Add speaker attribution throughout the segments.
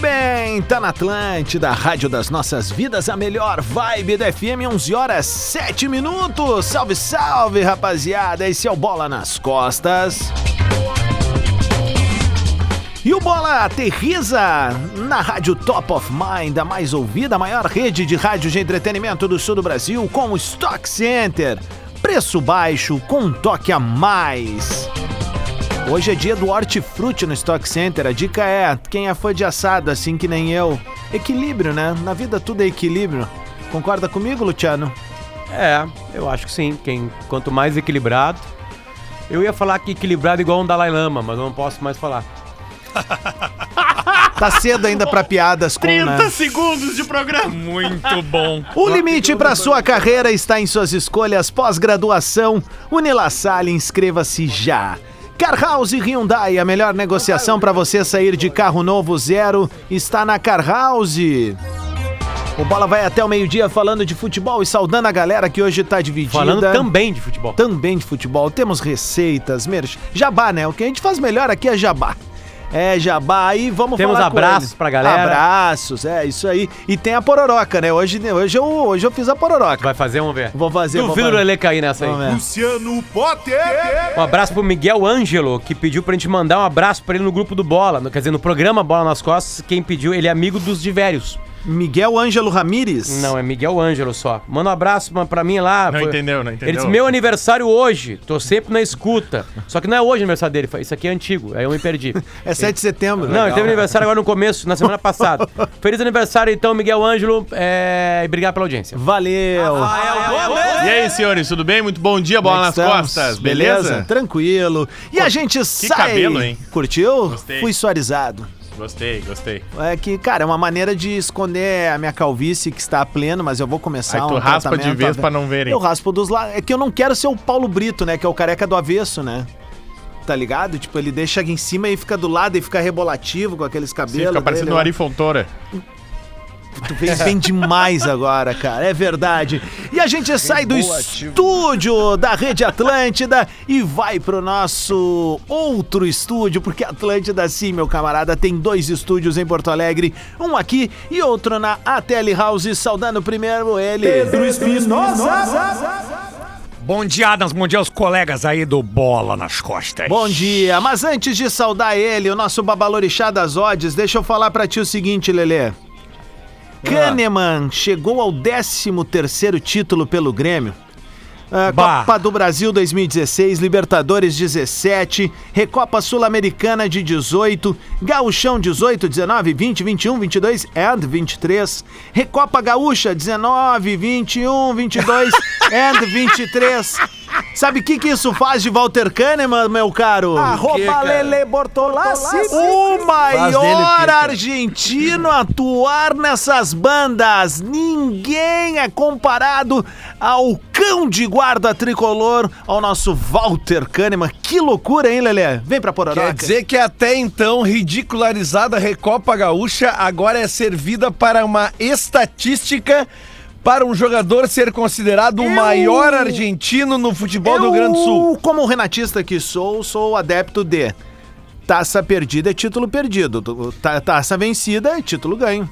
Speaker 1: bem? Tá na Atlântida, Rádio das Nossas Vidas, a melhor vibe da FM, 11 horas 7 minutos. Salve, salve, rapaziada. Esse é o Bola nas Costas. E o Bola aterriza na rádio Top of Mind, a mais ouvida, a maior rede de rádio de entretenimento do sul do Brasil, com o Stock Center. Preço baixo com um toque a mais. Hoje é dia do hortifruti no Stock Center. A dica é: quem é fã de assado, assim que nem eu, equilíbrio, né? Na vida tudo é equilíbrio. Concorda comigo, Luciano?
Speaker 2: É, eu acho que sim. Quem, quanto mais equilibrado. Eu ia falar que equilibrado igual um Dalai Lama, mas não posso mais falar.
Speaker 1: Tá cedo ainda pra piadas com,
Speaker 3: 30
Speaker 1: né?
Speaker 3: segundos de programa. Muito bom.
Speaker 1: O limite para sua carreira está em suas escolhas pós-graduação. Unilassalle, inscreva-se já. Car House e Hyundai, a melhor negociação para você sair de carro novo zero está na Car House. O Bola vai até o meio-dia falando de futebol e saudando a galera que hoje tá dividida.
Speaker 2: Falando também de futebol.
Speaker 1: também de futebol. Temos receitas, merch. Jabá, né? O que a gente faz melhor aqui é jabá. É jabá aí, vamos
Speaker 2: Temos
Speaker 1: falar com
Speaker 2: abraços
Speaker 1: ele.
Speaker 2: pra galera.
Speaker 1: Abraços, é isso aí. E tem a pororoca, né? Hoje, hoje, eu, hoje eu fiz a pororoca.
Speaker 2: Vai fazer, vamos ver.
Speaker 1: Vou fazer, vou
Speaker 2: Duvido Hum. o
Speaker 1: fazer.
Speaker 2: Lelê cair nessa aí.
Speaker 1: Vamos ver.
Speaker 4: Luciano Potter.
Speaker 2: Um abraço pro Miguel Ângelo, que pediu pra gente mandar um abraço pra ele no grupo do Bola. no- Quer dizer, no programa Bola nas Costas, quem pediu, ele é amigo dos divérios.
Speaker 1: Miguel Ângelo Ramírez.
Speaker 2: Não, é Miguel Ângelo só. Manda um abraço ma- pra mim lá.
Speaker 3: Não
Speaker 2: Foi-
Speaker 3: entendeu, não entendeu.
Speaker 2: Ele disse, meu aniversário hoje, tô sempre na escuta. Só que não é hoje o aniversário dele, foi- isso aqui é antigo, aí eu me perdi.
Speaker 1: É 7 de setembro.
Speaker 2: Não, ele teve aniversário agora no começo, na semana passada. Feliz aniversário, então, Miguel Ângelo, é, e obrigado pela audiência.
Speaker 1: Valeu.
Speaker 2: Ah,
Speaker 5: Ah, é
Speaker 3: E aí, senhores, tudo bem? Muito bom dia, bola
Speaker 1: Como é
Speaker 3: nas
Speaker 1: que estamos?
Speaker 3: costas, beleza?
Speaker 1: Tranquilo. E a gente sai.
Speaker 3: cabelo, hein?
Speaker 1: Curtiu?
Speaker 3: Gostei.
Speaker 1: Fui suarizado.
Speaker 3: Gostei, gostei.
Speaker 1: É que, cara, é uma maneira de esconder a minha calvície que está a pleno, mas eu vou começar
Speaker 3: Aí tu
Speaker 1: um
Speaker 3: raspa de
Speaker 1: tratamento
Speaker 3: vez
Speaker 1: a-
Speaker 3: pra não verem.
Speaker 1: Eu raspo dos lados. É que eu não quero ser o Paulo Brito, né? Que é o careca do avesso, né? Tá ligado? Tipo, ele deixa aqui em cima e fica do lado e fica rebolativo com aqueles cabelos.
Speaker 3: Você fica parecendo
Speaker 1: dele,
Speaker 3: um o
Speaker 1: né?
Speaker 3: Ari Fontoura.
Speaker 1: Tu fez bem demais agora, cara. É verdade. E a gente sai do estúdio da Rede Atlântida e vai pro nosso outro estúdio, porque Atlântida, sim, meu camarada, tem dois estúdios em Porto Alegre, um aqui e outro na ATL House, saudando primeiro ele.
Speaker 6: Bom dia, Adams. Bom dia aos colegas aí do Bola nas Costas.
Speaker 1: Bom dia, mas antes de saudar ele, o nosso babalorixá das odds, deixa eu falar pra ti o seguinte, Lelê. Kahneman chegou ao 13º título pelo Grêmio. Ah,
Speaker 6: Bah.
Speaker 1: Copa do Brasil 2016, Libertadores 17, Recopa Sul-Americana de 18, Gaúchão 18, 19, 20, 21, 22 and 23, Recopa Gaúcha 19, 21, 22 and 23. Sabe o que, que isso faz de Walter Kahneman, meu caro? Arroba Ah, Lele Bortolassi. O maior argentino a atuar nessas bandas. Ninguém é comparado ao cão de guarda tricolor, ao nosso Walter Kahneman. Que loucura, hein, Lelê? Vem pra Pororoca.
Speaker 5: Quer dizer que até então ridicularizada Recopa Gaúcha agora é servida para uma estatística para um jogador ser considerado o maior argentino no futebol do
Speaker 1: Eu,
Speaker 5: Rio Grande do Sul.
Speaker 1: Como renatista que sou, sou adepto de taça perdida é título perdido, Ta- taça vencida é título ganho.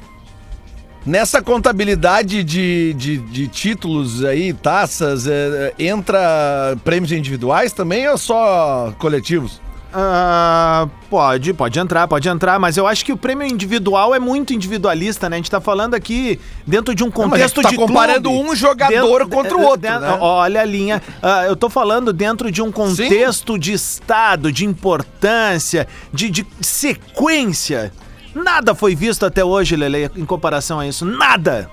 Speaker 5: Nessa contabilidade de, de, de títulos aí, taças, é, é, entra prêmios individuais também ou só coletivos?
Speaker 1: Ah, pode, pode entrar, pode entrar, mas eu acho que o prêmio individual é muito individualista, né? A gente tá falando aqui dentro de um
Speaker 5: mas é que
Speaker 1: contexto
Speaker 5: tu tá
Speaker 1: de
Speaker 5: comparando
Speaker 1: clube.
Speaker 5: um jogador contra o outro, né?
Speaker 1: Olha a linha. Ah, eu tô falando dentro de um contexto de estado, de importância, de, de sequência. Nada foi visto até hoje, Lele, em comparação a isso. Nada!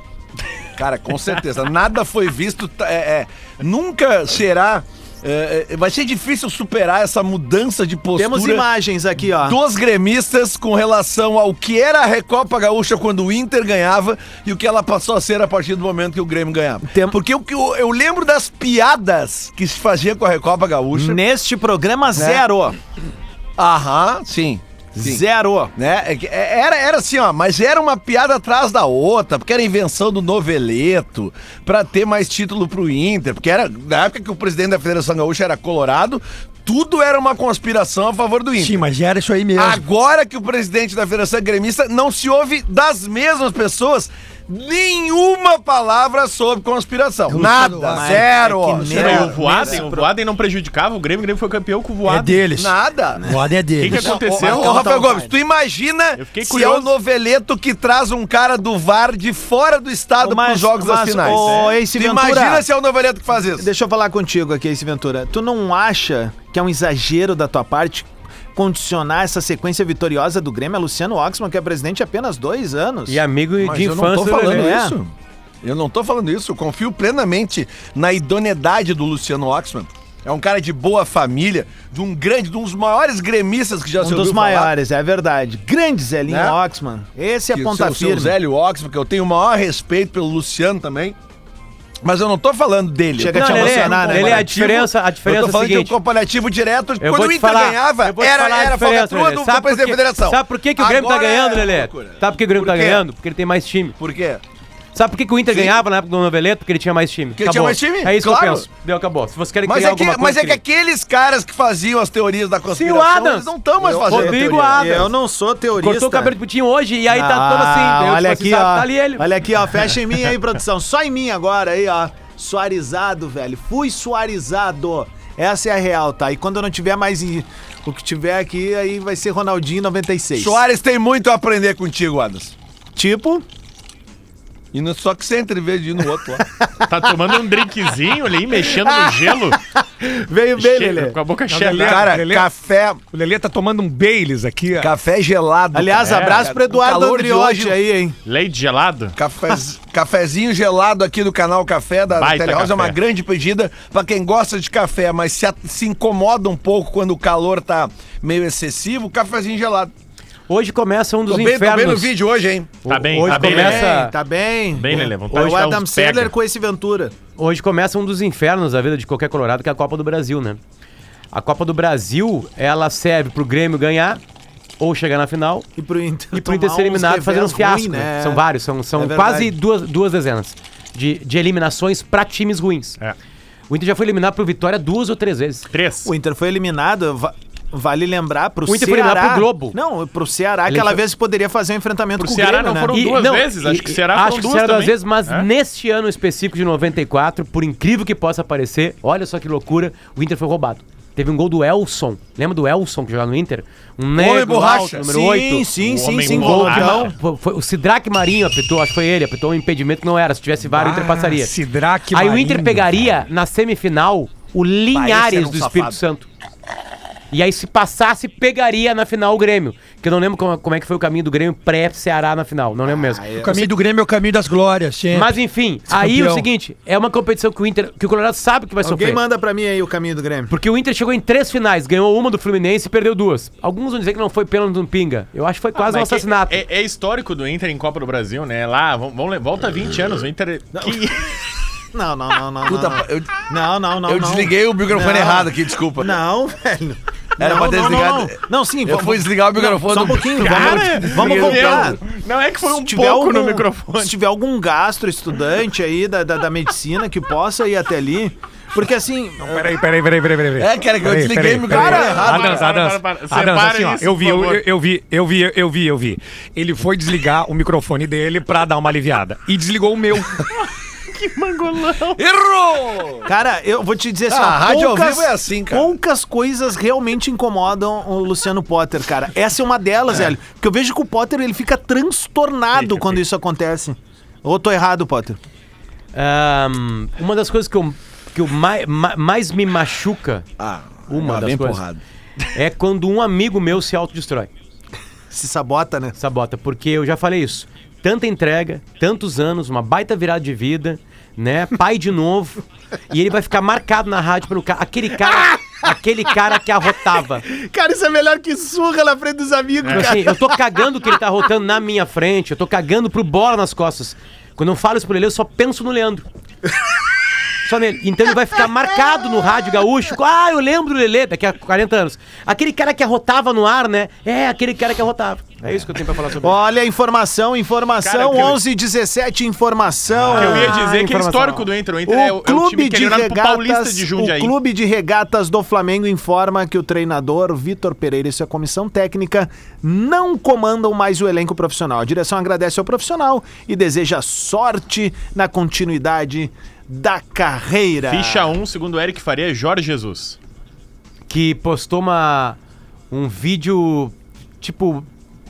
Speaker 5: Cara, com certeza. Nada foi visto. tá- é, é, nunca será. é, é, vai ser difícil superar essa mudança de postura.
Speaker 1: Temos imagens aqui, ó.
Speaker 5: Dos gremistas com relação ao que era a Recopa Gaúcha quando o Inter ganhava e o que ela passou a ser a partir do momento que o Grêmio ganhava.
Speaker 1: Tem-
Speaker 5: Porque o que eu, eu lembro das piadas que se fazia com a Recopa Gaúcha.
Speaker 1: Neste programa,
Speaker 5: Né?
Speaker 1: zero.
Speaker 5: Aham, sim. sim.
Speaker 1: Zero.
Speaker 5: Né? É que- é- Era, era assim, ó, mas era uma piada atrás da outra, porque era invenção do noveleto pra ter mais título pro Inter, porque era na época que o presidente da Federação Gaúcha era colorado, tudo era uma conspiração a favor do Inter.
Speaker 7: Sim, mas era isso aí mesmo.
Speaker 5: Agora que o presidente da Federação é Gremista não se ouve das mesmas pessoas nenhuma palavra sobre conspiração. Nada,
Speaker 7: mas
Speaker 5: zero, ó,
Speaker 7: É
Speaker 1: É,
Speaker 7: que
Speaker 3: Peraí, o
Speaker 5: zero.
Speaker 3: Voaden, o Voaden não prejudicava o Grêmio, o Grêmio foi campeão com o Voaden.
Speaker 7: é deles.
Speaker 5: Nada.
Speaker 7: O Voaden é
Speaker 3: O que, que
Speaker 7: deles.
Speaker 3: aconteceu?
Speaker 5: Ô, Rafael Gomes, tu imagina
Speaker 3: Eu fiquei
Speaker 5: se é
Speaker 3: curioso.
Speaker 5: o noveleto que traz um cara do VAR de fora do estado
Speaker 1: Mas-
Speaker 5: pros jogos das
Speaker 1: mas,
Speaker 5: finais.
Speaker 1: ô, Ace
Speaker 5: Tu
Speaker 1: Ventura.
Speaker 5: imagina se é o noveleto que faz isso.
Speaker 1: Deixa eu falar contigo aqui, Ace Ventura. Tu não acha que é um exagero da tua parte condicionar essa sequência vitoriosa do Grêmio a Luciano Oxman, que é presidente há apenas dois anos?
Speaker 2: E amigo
Speaker 5: Mas
Speaker 2: de
Speaker 5: eu não tô
Speaker 2: infância do
Speaker 5: falando
Speaker 2: Lelê.
Speaker 1: Lelê.
Speaker 5: isso. Eu não tô falando isso. Eu confio plenamente na idoneidade do Luciano Oxman. É um cara de boa família, de um grande, de um dos maiores gremistas que já se
Speaker 1: Um dos
Speaker 5: ouviu falar.
Speaker 1: maiores, é verdade. Grande Zelinho
Speaker 5: Né?
Speaker 1: Oxman. Esse é
Speaker 5: que o
Speaker 1: ponta
Speaker 5: seu, seu
Speaker 1: firme.
Speaker 5: Zélio Oxman, que eu tenho o maior respeito pelo Luciano também. Mas eu não tô falando dele.
Speaker 1: Chega
Speaker 5: eu tô
Speaker 1: a te
Speaker 5: falando
Speaker 2: Lelê,
Speaker 1: emocionar, né,
Speaker 2: Lelê, é a
Speaker 1: Guaratinho?
Speaker 2: diferença, a diferença
Speaker 5: eu
Speaker 2: é
Speaker 5: tô
Speaker 2: o
Speaker 5: falando
Speaker 2: seguinte.
Speaker 5: de um comparativo direto.
Speaker 2: Eu
Speaker 5: quando
Speaker 2: vou
Speaker 5: o
Speaker 2: te
Speaker 5: Inter
Speaker 2: falar-
Speaker 5: ganhava,
Speaker 2: eu vou te
Speaker 5: era,
Speaker 2: falar a
Speaker 5: era a
Speaker 2: diferença,
Speaker 5: falcatrua
Speaker 2: Lelê.
Speaker 5: do, do
Speaker 2: Sabe por
Speaker 5: presidente da
Speaker 2: quê?
Speaker 5: federação.
Speaker 2: Sabe por que, que o Grêmio tá
Speaker 5: Agora é
Speaker 2: ganhando, Lelê?
Speaker 5: loucura.
Speaker 2: Sabe por que o Grêmio
Speaker 5: Por
Speaker 2: tá
Speaker 5: quê?
Speaker 2: ganhando? Porque ele tem mais time.
Speaker 5: Por quê?
Speaker 2: Sabe por que, que o Inter ganhava na época do noveleto? Porque ele tinha mais time.
Speaker 5: Porque ele tinha mais time,
Speaker 2: É isso que eu
Speaker 5: claro.
Speaker 2: penso. Deu, acabou. Se vocês querem
Speaker 5: Mas
Speaker 2: criar
Speaker 5: é, que,
Speaker 2: alguma coisa...
Speaker 5: mas é que
Speaker 2: criem.
Speaker 5: aqueles caras que faziam as teorias da conspiração,
Speaker 2: Adams.
Speaker 5: eles não estão mais fazendo.
Speaker 2: Rodrigo
Speaker 5: é teoria.
Speaker 2: Adams.
Speaker 1: Eu não sou teorista.
Speaker 2: Cortou o cabelo de putinho hoje e aí tá
Speaker 1: Ah,
Speaker 2: todo assim. entendeu?
Speaker 1: olha
Speaker 2: Tipo assim,
Speaker 1: aqui,
Speaker 2: sabe?
Speaker 1: ó.
Speaker 2: Tá ali ele.
Speaker 1: Olha aqui, ó. Fecha em mim aí, produção. Só em mim agora aí, ó. Suarizado, velho. Fui suarizado. Essa é a real, tá? E quando eu não tiver mais em- o que tiver aqui, aí vai ser Ronaldinho 96.
Speaker 5: Soares tem muito a aprender contigo, Adams.
Speaker 1: Tipo,
Speaker 2: É,
Speaker 5: E não só que você entreveja de ir no outro lá.
Speaker 3: Tá tomando um drinkzinho ali, mexendo no gelo.
Speaker 1: veio bem,
Speaker 3: Cheio-
Speaker 1: Lelê.
Speaker 3: Com a boca cheia.
Speaker 6: Lelê.
Speaker 5: Cara,
Speaker 6: Lelê.
Speaker 5: café,
Speaker 6: O Lelê tá tomando um Baileys aqui, ó.
Speaker 5: café gelado.
Speaker 1: Aliás,
Speaker 5: cara.
Speaker 1: abraço pro
Speaker 5: O
Speaker 1: Eduardo
Speaker 5: calor de
Speaker 1: Andriotti
Speaker 5: hoje-
Speaker 1: aí, hein?
Speaker 3: Leite gelado.
Speaker 5: Cafez- cafezinho gelado aqui do canal Café da, da
Speaker 3: Baita
Speaker 5: Telehouse é uma
Speaker 3: café.
Speaker 5: grande pedida pra quem gosta de café, mas se, a- se incomoda um pouco quando o calor tá meio excessivo, cafezinho gelado.
Speaker 2: Hoje começa um dos
Speaker 5: Tô bem, tô bem no
Speaker 2: infernos.
Speaker 5: vídeo hoje, hein?
Speaker 3: Tá bem,
Speaker 2: hoje
Speaker 3: tá bem,
Speaker 2: começa-
Speaker 3: Lelê.
Speaker 2: Essa-
Speaker 1: Bem, tá bem.
Speaker 3: Bem, Lelê, vontade
Speaker 1: O
Speaker 3: de dar
Speaker 1: Adam
Speaker 3: uns
Speaker 1: Sandler
Speaker 3: pega.
Speaker 1: com esse Ventura.
Speaker 2: Hoje começa um dos infernos da vida de qualquer colorado, que é a Copa do Brasil, né? A Copa do Brasil, ela serve pro Grêmio ganhar ou chegar na final
Speaker 1: E pro Inter.
Speaker 2: e pro Inter
Speaker 1: tomar
Speaker 2: ser eliminado
Speaker 1: uns
Speaker 2: fazendo uns
Speaker 1: revés ruim,
Speaker 2: fiascos. né? São vários, são,
Speaker 1: É
Speaker 2: são
Speaker 1: verdade.
Speaker 2: quase duas, duas dezenas de, de eliminações pra times ruins.
Speaker 3: É.
Speaker 2: O Inter já foi eliminado pro Vitória duas ou três vezes.
Speaker 3: Três.
Speaker 1: O Inter foi eliminado. va- Vale lembrar pro
Speaker 2: O Inter foi
Speaker 1: Ceará.
Speaker 2: eliminado pro Globo.
Speaker 1: Não, pro Ceará,
Speaker 2: Ele
Speaker 1: aquela
Speaker 2: foi-
Speaker 1: vez que poderia fazer um enfrentamento
Speaker 3: Pro
Speaker 1: com o
Speaker 3: Ceará
Speaker 1: Grêmio,
Speaker 3: não
Speaker 1: né?
Speaker 3: foram
Speaker 2: E-
Speaker 3: duas vezes, acho
Speaker 2: e-
Speaker 3: que será
Speaker 2: acho
Speaker 3: foram
Speaker 2: que
Speaker 3: duas
Speaker 2: será duas
Speaker 3: também.
Speaker 2: vezes, mas
Speaker 3: É.
Speaker 2: neste ano específico de 94, por incrível que possa parecer, olha só que loucura, o Inter foi roubado. Teve um gol do Elson. Lembra do Elson que jogava no Inter? Um negro,
Speaker 5: borracha.
Speaker 2: alto, número
Speaker 1: Sim,
Speaker 2: 8.
Speaker 1: sim,
Speaker 3: O
Speaker 1: sim,
Speaker 3: homem
Speaker 1: sim.
Speaker 3: bola.
Speaker 1: Globo, não.
Speaker 3: Ah,
Speaker 2: Foi, o Sidraque Marinho apitou, acho que foi ele, apitou um impedimento que não era. Se tivesse VAR, o Inter
Speaker 6: Ah,
Speaker 2: passaria.
Speaker 6: Sidraque
Speaker 2: Aí o
Speaker 6: Marinho,
Speaker 2: Inter pegaria na semifinal o Linhares
Speaker 5: era um
Speaker 2: do Espírito
Speaker 5: safado.
Speaker 2: Santo. E aí, se passasse, pegaria na final o Grêmio. Que eu não lembro como, como é que foi o caminho do Grêmio pré-Ceará na final. Não
Speaker 5: Ah,
Speaker 2: lembro mesmo.
Speaker 7: O caminho do Grêmio é o caminho das glórias, sempre.
Speaker 2: Mas enfim,
Speaker 7: Esse
Speaker 2: aí
Speaker 7: campeão.
Speaker 2: o seguinte, é uma competição que o Inter, que o Colorado sabe que vai
Speaker 1: Alguém
Speaker 2: sofrer.
Speaker 1: manda pra mim aí o caminho do Grêmio.
Speaker 2: Porque o Inter chegou em três finais, ganhou uma do Fluminense e perdeu duas. Alguns vão dizer que não foi pênalti no Pinga. Eu acho que foi quase um
Speaker 3: Ah, Mas que-
Speaker 2: assassinato.
Speaker 3: É, é histórico do Inter em Copa do Brasil, né? Lá, vamos, vamos le- volta
Speaker 1: É.
Speaker 3: 20 anos, o Inter... é Que-
Speaker 1: Não, não, não, não.
Speaker 5: Puta,
Speaker 1: não.
Speaker 5: eu-
Speaker 1: não, não, não.
Speaker 5: eu
Speaker 1: não.
Speaker 5: desliguei o microfone
Speaker 1: Não.
Speaker 5: errado aqui, desculpa.
Speaker 1: Não, velho.
Speaker 5: Era
Speaker 1: não,
Speaker 5: pra ter
Speaker 1: não,
Speaker 5: desligado.
Speaker 1: Não, não. não sim,
Speaker 5: Eu fui desligar o microfone
Speaker 1: Só um
Speaker 5: do-
Speaker 1: pouquinho,
Speaker 3: Cara,
Speaker 1: vamos, vamos
Speaker 3: meu
Speaker 1: voltar.
Speaker 3: Deus. Não é que foi um
Speaker 1: Se tiver
Speaker 3: pouco no
Speaker 1: algum-
Speaker 3: microfone.
Speaker 1: Se tiver algum gastro estudante aí da, da, da medicina que possa ir até ali. Porque assim,
Speaker 6: Peraí, peraí, peraí, peraí, peraí.
Speaker 5: É, cara, que eu
Speaker 6: Peraí,
Speaker 5: desliguei
Speaker 6: peraí,
Speaker 5: o
Speaker 6: peraí. Ah,
Speaker 5: microfone errado.
Speaker 6: Adams,
Speaker 3: Para, para,
Speaker 6: Adams,
Speaker 3: para, para.
Speaker 6: Adams,
Speaker 3: Separa
Speaker 6: assim, ó,
Speaker 3: isso,
Speaker 6: eu vi,
Speaker 3: por
Speaker 6: eu,
Speaker 3: favor.
Speaker 6: eu- eu vi, eu vi, eu vi, eu vi. Ele foi desligar o microfone dele pra dar uma aliviada. E desligou o meu.
Speaker 5: Errou!
Speaker 1: Cara, eu vou te dizer assim,
Speaker 5: Ah,
Speaker 1: ó,
Speaker 5: a rádio ao vivo é assim, cara.
Speaker 1: poucas coisas realmente incomodam o Luciano Potter, cara. Essa é uma delas, velho. Porque eu vejo que o Potter, ele fica transtornado quando isso acontece. Ou tô errado, Potter?
Speaker 2: Ahn, uma das coisas que eu, que eu mai- ma- mais me machuca
Speaker 5: Ah,
Speaker 2: Uma
Speaker 5: uma
Speaker 2: das
Speaker 5: bem
Speaker 2: coisas.
Speaker 5: porrada.
Speaker 2: é quando um amigo meu se autodestrói.
Speaker 1: Se sabota, né?
Speaker 2: Sabota, porque eu já falei isso. Tanta entrega, tantos anos, uma baita virada de vida, né? Pai de novo. e ele vai ficar marcado na rádio pelo cara. Aquele cara. aquele cara que arrotava.
Speaker 1: Cara, isso é melhor que surra na frente dos amigos,
Speaker 2: Tipo assim, eu tô cagando que ele tá rotando na minha frente, eu tô cagando pro bola nas costas. Quando eu falo isso pro Lelê, eu só penso no Leandro. Só nele. Então ele vai ficar marcado no rádio gaúcho. Ah, eu lembro do Lelê, daqui a 40 anos. Aquele cara que arrotava no ar, né? É, aquele cara que arrotava. É isso que eu tenho pra falar sobre
Speaker 1: Olha, informação, informação,
Speaker 3: Cara, que eu-
Speaker 1: 11 17 informação.
Speaker 3: Eu ia
Speaker 2: Ah,
Speaker 3: dizer que é
Speaker 2: informação.
Speaker 3: histórico do Inter. O Inter é,
Speaker 1: O
Speaker 3: o- é o time
Speaker 1: clube
Speaker 3: que é
Speaker 1: de
Speaker 3: jogado pro Paulista
Speaker 1: regatas,
Speaker 3: de
Speaker 1: o
Speaker 3: Jundiaí.
Speaker 1: clube de regatas do Flamengo informa que o treinador Vitor Pereira e sua comissão técnica não comandam mais o elenco profissional. A direção agradece ao profissional e deseja sorte na continuidade da carreira.
Speaker 3: Ficha 1, segundo Eric Faria, Jorge Jesus.
Speaker 2: que postou uma um vídeo tipo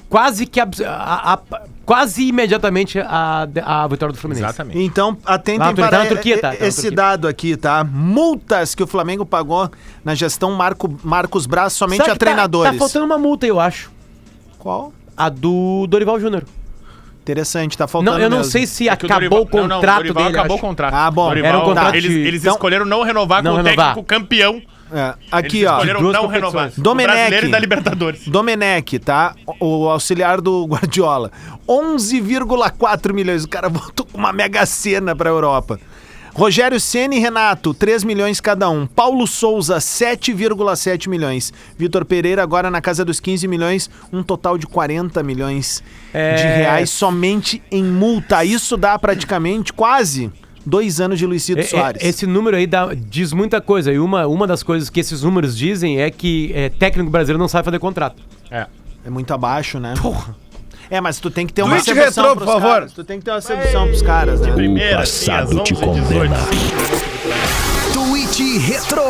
Speaker 2: quase que abs- a- a- quase imediatamente a, a vitória do Fluminense.
Speaker 3: Exatamente.
Speaker 1: Então,
Speaker 2: Lá
Speaker 1: atentem
Speaker 2: na Tur- tá
Speaker 1: para
Speaker 2: na Turquia, tá? Tá na
Speaker 1: esse
Speaker 2: Turquia.
Speaker 1: dado aqui, tá? Multas que o Flamengo pagou na gestão Marco, Marcos Braz somente
Speaker 2: Sabe
Speaker 1: a
Speaker 2: que tá-
Speaker 1: treinadores.
Speaker 2: Tá, faltando uma multa, eu acho.
Speaker 1: Qual?
Speaker 2: A do Dorival Júnior.
Speaker 1: Interessante, tá faltando
Speaker 2: Não, eu não
Speaker 1: mesmo.
Speaker 2: sei se
Speaker 3: É que
Speaker 2: acabou o
Speaker 3: Dorival- não, não,
Speaker 2: contrato
Speaker 3: Dorival
Speaker 2: dele.
Speaker 3: Acabou
Speaker 2: acho.
Speaker 3: o contrato.
Speaker 1: Ah, bom.
Speaker 3: Dorival, tá,
Speaker 2: Era um contrato
Speaker 3: Eles,
Speaker 2: de-
Speaker 3: eles
Speaker 1: então-
Speaker 3: escolheram não renovar
Speaker 2: Não
Speaker 3: com
Speaker 2: renovar.
Speaker 3: o técnico campeão.
Speaker 1: É,
Speaker 3: Eles
Speaker 1: aqui, ó.
Speaker 3: escolheram
Speaker 2: duas
Speaker 3: não
Speaker 2: competições.
Speaker 3: renovar. Do
Speaker 1: Domenech.
Speaker 3: Brasileiro e da Libertadores.
Speaker 1: Domenech, tá? O o auxiliar do Guardiola. 11,4 milhões. O cara voltou com uma mega cena pra Europa. Rogério Ceni e Renato, 3 milhões cada um. Paulo Souza, 7,7 milhões. Vitor Pereira, agora na casa dos 15 milhões, um total de 40 milhões
Speaker 2: É.
Speaker 1: de reais somente em multa. Isso dá praticamente quase dois anos de Luizito
Speaker 2: É, é,
Speaker 1: Soares.
Speaker 2: esse número aí dá- diz muita coisa. E uma, uma das coisas que esses números dizem é que é, técnico brasileiro não sabe fazer contrato.
Speaker 3: É.
Speaker 1: É muito abaixo, né? Porra. É, mas tu tem que ter uma
Speaker 5: Tweet
Speaker 1: sedução
Speaker 5: retrô,
Speaker 1: pros
Speaker 5: por favor.
Speaker 1: caras. Tu tem que ter uma sedução pros caras, né?
Speaker 3: Primeira, sim, assim, às 11 e 18.
Speaker 4: Tweet Retro.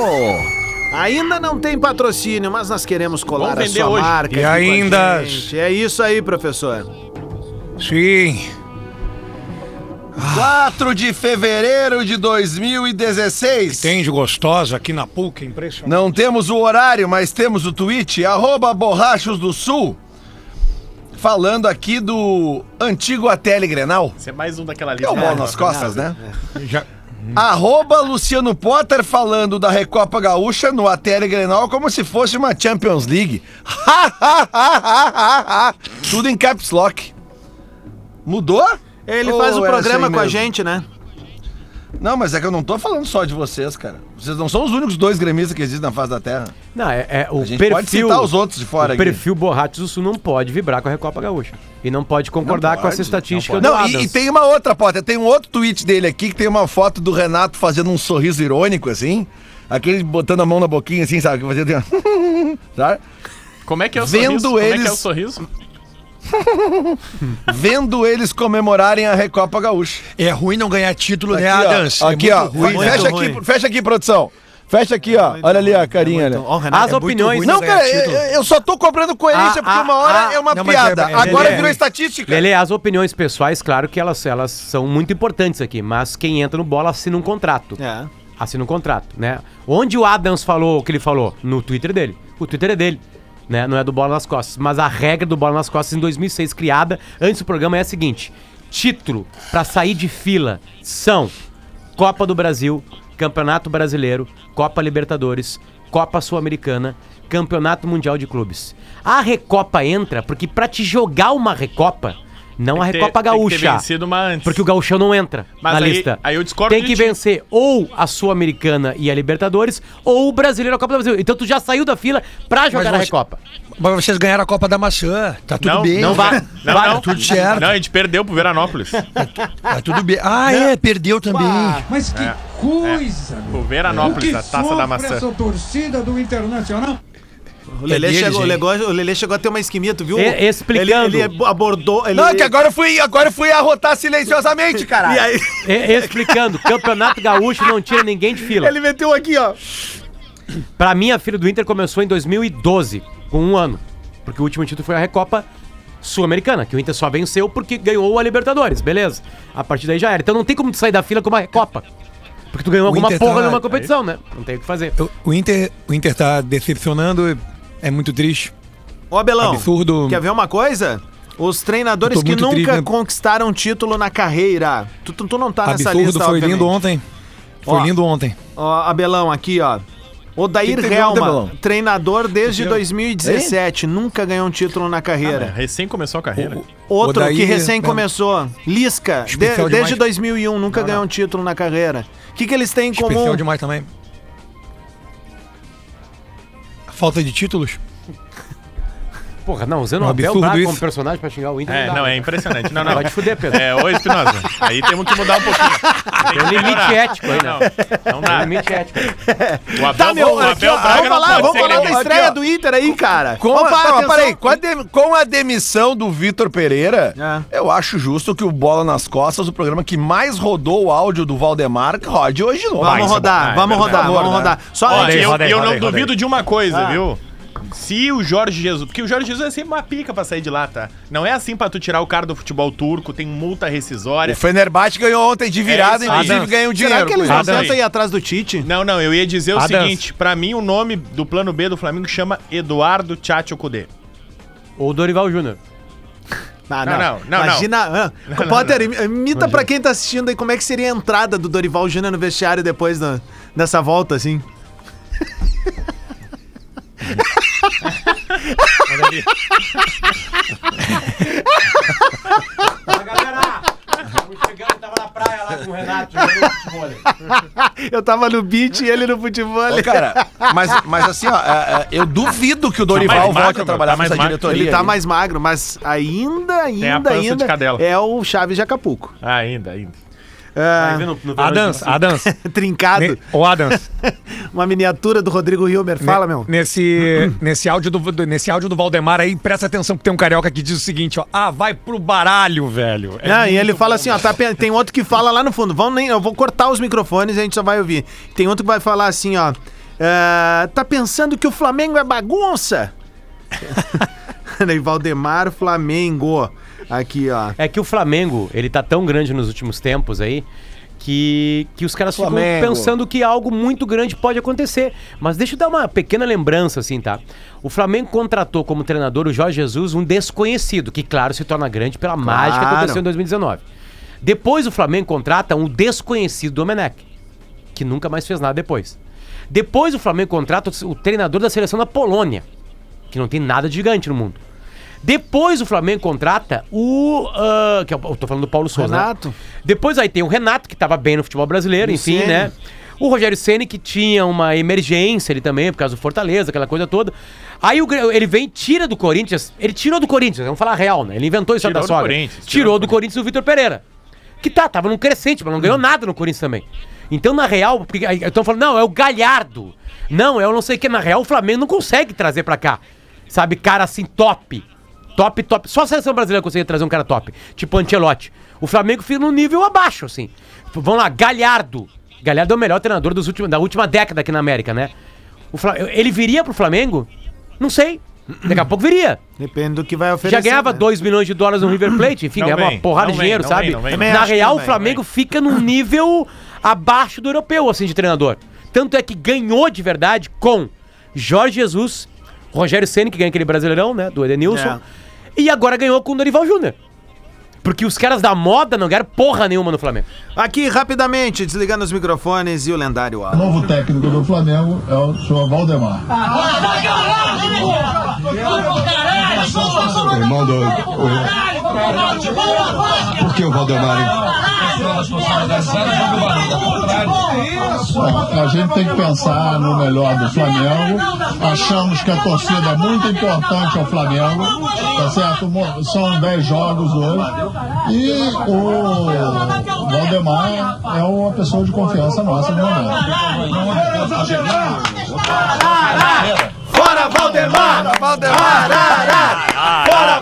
Speaker 1: Ainda não tem patrocínio, mas nós queremos colar a
Speaker 3: Vamos vender
Speaker 1: sua
Speaker 3: hoje.
Speaker 1: marca.
Speaker 6: E
Speaker 1: aqui com a
Speaker 6: ainda-
Speaker 1: gente. É isso aí, professor.
Speaker 6: Sim.
Speaker 5: 4 de fevereiro de 2016.
Speaker 6: Tem de gostosa aqui na PUC, impressionante.
Speaker 5: Não temos o horário, mas temos o tweet, arroba Borrachos do Sul. Falando aqui do antigo Ateli Grenal.
Speaker 3: Isso é mais um daquela
Speaker 5: É
Speaker 3: lista.
Speaker 5: o
Speaker 3: né?
Speaker 5: bolo nas costas, né?
Speaker 6: É. Já-
Speaker 5: Arroba Luciano Potter falando da Recopa Gaúcha no ATL Grenal como se fosse uma Champions League. Ha, ha, ha, ha, ha, ha. Tudo em caps lock. Mudou?
Speaker 1: Ele
Speaker 5: Ou
Speaker 1: faz o
Speaker 5: Oh, era isso
Speaker 1: programa
Speaker 5: aí
Speaker 1: com a
Speaker 5: mesmo?
Speaker 1: gente, né?
Speaker 5: Não, mas é que eu não tô falando só de vocês, cara. Vocês não são os únicos dois gremistas que existem na face da terra.
Speaker 2: Não, é, é o
Speaker 5: A gente
Speaker 2: perfil.
Speaker 5: pode citar os outros de fora
Speaker 2: o
Speaker 5: aqui.
Speaker 2: perfil Borratos do Sul não pode vibrar com a Recopa Gaúcha. E não pode concordar com essa
Speaker 5: pode,
Speaker 2: estatística do
Speaker 5: Não,
Speaker 2: Adams.
Speaker 5: e, e tem uma outra Potter. tem um outro tweet dele aqui que tem uma foto do Renato fazendo um sorriso irônico, assim. Aquele botando a mão na boquinha, assim, sabe? Que fazia. sabe?
Speaker 3: Como é que é o
Speaker 5: Vendo
Speaker 3: sorriso? Como é que é
Speaker 5: eles-
Speaker 3: o sorriso?
Speaker 5: Vendo eles comemorarem a Recopa Gaúcha.
Speaker 7: É ruim não ganhar título, né,
Speaker 5: aqui, ó.
Speaker 7: Adams?
Speaker 5: Aqui,
Speaker 7: é
Speaker 5: ó.
Speaker 7: muito ruim.
Speaker 1: Muito
Speaker 5: fecha,
Speaker 1: ruim.
Speaker 5: Aqui, fecha aqui, produção. Fecha aqui, ó. Olha ali a carinha. olha.
Speaker 1: Ó, o Renato,
Speaker 2: As opiniões.
Speaker 7: ruim,
Speaker 5: Não,
Speaker 7: não ganha
Speaker 5: cara, eu,
Speaker 7: título.
Speaker 5: eu só tô cobrando coerência
Speaker 2: Ah,
Speaker 5: porque
Speaker 2: ah,
Speaker 5: uma hora
Speaker 2: ah.
Speaker 5: é uma
Speaker 7: Não, mas é-
Speaker 5: piada.
Speaker 7: é-
Speaker 5: Agora
Speaker 2: é-
Speaker 5: virou estatística.
Speaker 2: Lele, as opiniões pessoais, claro que elas, elas são muito importantes aqui, mas quem entra no bola assina um contrato.
Speaker 1: É.
Speaker 2: Assina um contrato, né? Onde o Adams falou o que ele falou? No Twitter dele. O Twitter é dele. Né? Não é do Bola nas Costas. Mas a regra do Bola nas Costas em 2006, criada antes do programa, é a seguinte: título pra sair de fila são Copa do Brasil, Campeonato Brasileiro, Copa Libertadores, Copa Sul-Americana, Campeonato Mundial de Clubes. A Recopa entra porque pra te jogar uma Recopa, não a
Speaker 3: Tem que ter-
Speaker 2: Recopa
Speaker 3: tem que ter
Speaker 2: É Gaúcha.
Speaker 3: vencido uma antes.
Speaker 2: Porque o gauchão não entra
Speaker 3: Mas
Speaker 2: na
Speaker 3: aí-
Speaker 2: lista.
Speaker 3: aí eu discordo
Speaker 2: Tem
Speaker 3: de
Speaker 2: que
Speaker 3: ti.
Speaker 2: vencer ou a Sul-Americana e a Libertadores, ou o Brasileiro e a Copa do Brasil. Então tu já saiu da fila pra jogar a
Speaker 7: você-
Speaker 2: Recopa.
Speaker 7: Mas vocês ganharam a Copa da Maçã. Tá tudo
Speaker 3: Não,
Speaker 7: bem.
Speaker 2: Não vá.
Speaker 3: Não,
Speaker 2: vá-
Speaker 3: não.
Speaker 7: Tudo certo.
Speaker 3: Não, a gente perdeu pro Veranópolis.
Speaker 7: Tá tudo bem. Ah, é, perdeu também.
Speaker 8: Mas que coisa! meu.
Speaker 3: O Veranópolis,
Speaker 8: que
Speaker 3: a taça É. da
Speaker 8: sofre
Speaker 3: maçã.
Speaker 8: essa torcida do Internacional?
Speaker 1: O Lelê,
Speaker 5: É
Speaker 7: deles,
Speaker 1: chegou, o,
Speaker 7: hein?
Speaker 1: Lelê, o Lelê chegou a ter uma isquemia, tu viu?
Speaker 2: E- explicando.
Speaker 1: Ele, ele abordou. Ele,
Speaker 5: Não, que agora eu fui, agora eu fui arrotar silenciosamente,
Speaker 1: E
Speaker 5: cara.
Speaker 1: aí,
Speaker 2: E- É, Explicando, Campeonato Gaúcho não tira ninguém de fila.
Speaker 1: ele meteu aqui, ó.
Speaker 2: Pra mim, a fila do Inter começou em 2012, com um ano. Porque o último título foi a Recopa Sul-Americana, que o Inter só venceu porque ganhou a Libertadores, beleza. A partir daí já era. Então não tem como tu sair da fila com uma Recopa. Porque tu ganhou alguma
Speaker 7: Inter tá-
Speaker 2: porra numa competição, né? Não tem o que fazer.
Speaker 7: O, o Inter, o Inter tá decepcionando. É muito triste.
Speaker 1: Ó, Belão.
Speaker 7: Absurdo.
Speaker 1: Quer ver uma coisa? Os treinadores
Speaker 7: Eu tô
Speaker 1: que
Speaker 7: muito
Speaker 1: nunca
Speaker 7: triste, né?
Speaker 1: conquistaram um título na carreira. Tu, tu, tu não tá nessa
Speaker 7: Absurdo.
Speaker 1: lista,
Speaker 7: Foi
Speaker 1: obviamente.
Speaker 7: lindo ontem. Foi
Speaker 1: Ó.
Speaker 7: lindo ontem.
Speaker 1: Ó, Abelão, aqui, ó.
Speaker 5: Tem
Speaker 1: Odair
Speaker 5: que ter nome,
Speaker 1: Helma,
Speaker 5: Tablão.
Speaker 1: treinador desde 2017, nunca ganhou um título na carreira.
Speaker 3: É, Recém começou a carreira.
Speaker 1: Outro
Speaker 7: Ah, é. Odair,
Speaker 1: que recém
Speaker 7: né?
Speaker 1: começou, Lisca, de-
Speaker 7: Especial demais. Ah,
Speaker 1: desde 2001, nunca ganhou um título na carreira. O que, que eles têm em comum?
Speaker 7: Especial demais também. A falta de títulos?
Speaker 2: Porra, não, usando o
Speaker 7: Um
Speaker 2: Abel
Speaker 7: absurdo
Speaker 2: Braga
Speaker 7: isso.
Speaker 2: como personagem pra xingar o Inter.
Speaker 3: É,
Speaker 2: dá,
Speaker 3: não,
Speaker 2: né?
Speaker 3: é impressionante. Não, não.
Speaker 2: Vai te fuder, Pedro.
Speaker 3: É, ô Espinosa, aí temos que mudar um pouquinho. Tem
Speaker 2: Tem um
Speaker 3: que
Speaker 2: limite
Speaker 3: melhorar.
Speaker 2: ético aí, né?
Speaker 3: Não, não
Speaker 2: Tem um
Speaker 3: dá.
Speaker 2: limite ético.
Speaker 3: O Abel,
Speaker 1: Tá, meu,
Speaker 3: o Abel
Speaker 1: aqui, ó,
Speaker 3: Braga
Speaker 1: vamos
Speaker 3: Ah, não
Speaker 1: falar,
Speaker 3: pode
Speaker 1: vamos
Speaker 3: ser né?
Speaker 1: falar da
Speaker 3: gremista.
Speaker 1: estreia do Inter aí, cara.
Speaker 5: Com,
Speaker 1: Opa,
Speaker 5: a, não,
Speaker 1: atenção.
Speaker 5: peraí, com, a de- com a demissão do Vitor Pereira,
Speaker 1: É.
Speaker 5: eu acho justo que o Bola nas Costas, o programa que mais rodou o áudio do Valdemar, rode hoje de novo.
Speaker 1: Vamos rodar,
Speaker 3: é
Speaker 1: vamos
Speaker 3: verdade.
Speaker 1: rodar, vamos
Speaker 5: Por
Speaker 1: rodar. Só
Speaker 3: Ó,
Speaker 1: antes-
Speaker 3: eu,
Speaker 6: roda aí,
Speaker 3: eu
Speaker 6: roda
Speaker 3: não
Speaker 6: aí, roda
Speaker 3: duvido de uma coisa,
Speaker 1: Ah.
Speaker 3: viu? Se o Jorge Jesus. Porque o Jorge Jesus é sempre uma pica pra sair de lá, tá? Não é assim pra tu tirar o cara do futebol turco, tem multa rescisória.
Speaker 5: O Fenerbahçe ganhou ontem de virada,
Speaker 3: É isso aí.
Speaker 5: inclusive
Speaker 3: Adams,
Speaker 5: ganhou um dinheiro.
Speaker 1: Será que eles
Speaker 5: com
Speaker 1: não
Speaker 5: isso.
Speaker 3: Adam.
Speaker 1: tentam ir atrás do Tite?
Speaker 3: Não, não, eu ia dizer o
Speaker 6: Adams.
Speaker 3: seguinte: pra mim, o nome do plano B do Flamengo chama Eduardo Tchatcho Kudê.
Speaker 2: Ou o Dorival Júnior.
Speaker 1: Ah,
Speaker 3: Não, não, não,
Speaker 1: Imagina. ah,
Speaker 3: não,
Speaker 1: Potter,
Speaker 3: não.
Speaker 1: imita pra quem tá assistindo aí como é que seria a entrada do Dorival Júnior no vestiário depois da- dessa volta, assim.
Speaker 2: Fala, galera! Estamos chegando, tava na praia lá com o Renato jogando futebol.
Speaker 1: Eu tava no beat e ele no futebol.
Speaker 5: Ô, cara, mas, mas assim, ó, é, é, eu duvido que o
Speaker 3: Tá mais
Speaker 5: Dorival volte
Speaker 3: magro,
Speaker 5: a trabalhar
Speaker 3: tá
Speaker 5: com
Speaker 3: mais
Speaker 5: essa
Speaker 3: magro.
Speaker 5: diretoria.
Speaker 1: ele tá
Speaker 5: aí.
Speaker 1: mais magro, mas ainda,
Speaker 3: a
Speaker 1: ainda,
Speaker 3: pança de
Speaker 1: ainda
Speaker 3: cadela.
Speaker 1: é o Chaves de Acapulco.
Speaker 3: Ah, ainda, ainda.
Speaker 1: Ah,
Speaker 6: Adams, Adams.
Speaker 1: trincado,
Speaker 6: ne- Ô, Adams.
Speaker 1: uma miniatura do Rodrigo Hilmer. Fala, meu.
Speaker 6: Nesse, nesse, áudio do, do- nesse áudio do Valdemar aí, presta atenção que tem um carioca que diz o seguinte, ó. Ah, vai pro baralho, velho. É
Speaker 1: Não, e ele fala assim, ó, tá pe- tem outro que fala lá no fundo, vão nem, eu vou cortar os microfones e a gente só vai ouvir. Tem outro que vai falar assim, ó, "Ah, tá pensando que o Flamengo é bagunça? Aí, Valdemar Flamengo, aqui, ó.
Speaker 2: É que o Flamengo, ele tá tão grande nos últimos tempos aí. Que, que os caras
Speaker 5: Flamengo.
Speaker 2: ficam pensando que algo muito grande pode acontecer. Mas deixa eu dar uma pequena lembrança, assim, tá? O Flamengo contratou como treinador o Jorge Jesus, um desconhecido, que, claro, se torna grande pela mágica que
Speaker 1: Claro.
Speaker 2: aconteceu em 2019. Depois o Flamengo contrata um desconhecido Domenech, que nunca mais fez nada depois. Depois o Flamengo contrata o treinador da seleção da Polônia, que não tem nada de gigante no mundo. Depois o Flamengo contrata o. ah, que é o- eu tô falando do Paulo Souza. né?
Speaker 1: Renato.
Speaker 2: Depois aí tem o Renato, que tava bem no futebol brasileiro,
Speaker 1: E o
Speaker 2: enfim,
Speaker 1: Ceni.
Speaker 2: né? O Rogério Ceni que tinha uma emergência ali também, por causa do Fortaleza, aquela coisa toda. Aí o Gre- ele vem, tira do Corinthians. Ele tirou do Corinthians, vamos falar a real, né? Ele inventou isso
Speaker 3: Tirou
Speaker 2: da
Speaker 3: do
Speaker 2: sogra.
Speaker 3: Corinthians,
Speaker 2: tirou, do Corinthians o Vitor Pereira. Que tá, tava num crescente, mas não ganhou nada no Corinthians também. Então, na real, porque aí estão falando, não, é o Galhardo. Não, é o não sei o que. Na real, o Flamengo não consegue trazer pra cá. Sabe, cara assim, top. Top, top. Só a seleção brasileira consegue trazer um cara top. Tipo Ancelotti. O Flamengo fica num nível abaixo, assim. F- Vamos lá, Galhardo. Galhardo é o melhor treinador dos últimos, da última década aqui na América, né? O Fla- Ele viria pro Flamengo? Não sei. Daqui a pouco viria.
Speaker 1: Depende do que vai oferecer.
Speaker 2: Já ganhava
Speaker 1: né?
Speaker 2: 2 milhões de dólares no River Plate, enfim,
Speaker 3: Não
Speaker 2: ganhava
Speaker 3: vem,
Speaker 2: uma porrada
Speaker 3: não
Speaker 2: de
Speaker 3: vem,
Speaker 2: dinheiro,
Speaker 3: não
Speaker 2: sabe?
Speaker 3: vem, não vem,
Speaker 1: não vem.
Speaker 2: Na
Speaker 1: Acho que
Speaker 2: real,
Speaker 1: não
Speaker 2: o
Speaker 1: vem,
Speaker 2: Flamengo fica num nível abaixo do europeu, assim, de treinador. Tanto é que ganhou de verdade com Jorge Jesus, Rogério Ceni que ganha aquele brasileirão, né? Do Edenilson.
Speaker 3: É.
Speaker 2: E agora ganhou com o Dorival Júnior. Porque os caras da moda não ganharam porra nenhuma no Flamengo.
Speaker 1: Aqui, rapidamente, desligando os microfones e o lendário áudio.
Speaker 9: novo técnico do Flamengo é o senhor Valdemar. Irmão do. Por que o Valdemar? é hein? A gente tem que pensar no melhor do Flamengo. Achamos que a torcida é muito importante ao Flamengo. Tá certo? Mo- São 10 jogos hoje. E o Valdemar é uma pessoa de confiança nossa no momento.
Speaker 1: Fora Valdemar!
Speaker 5: Valdemar!
Speaker 1: Fora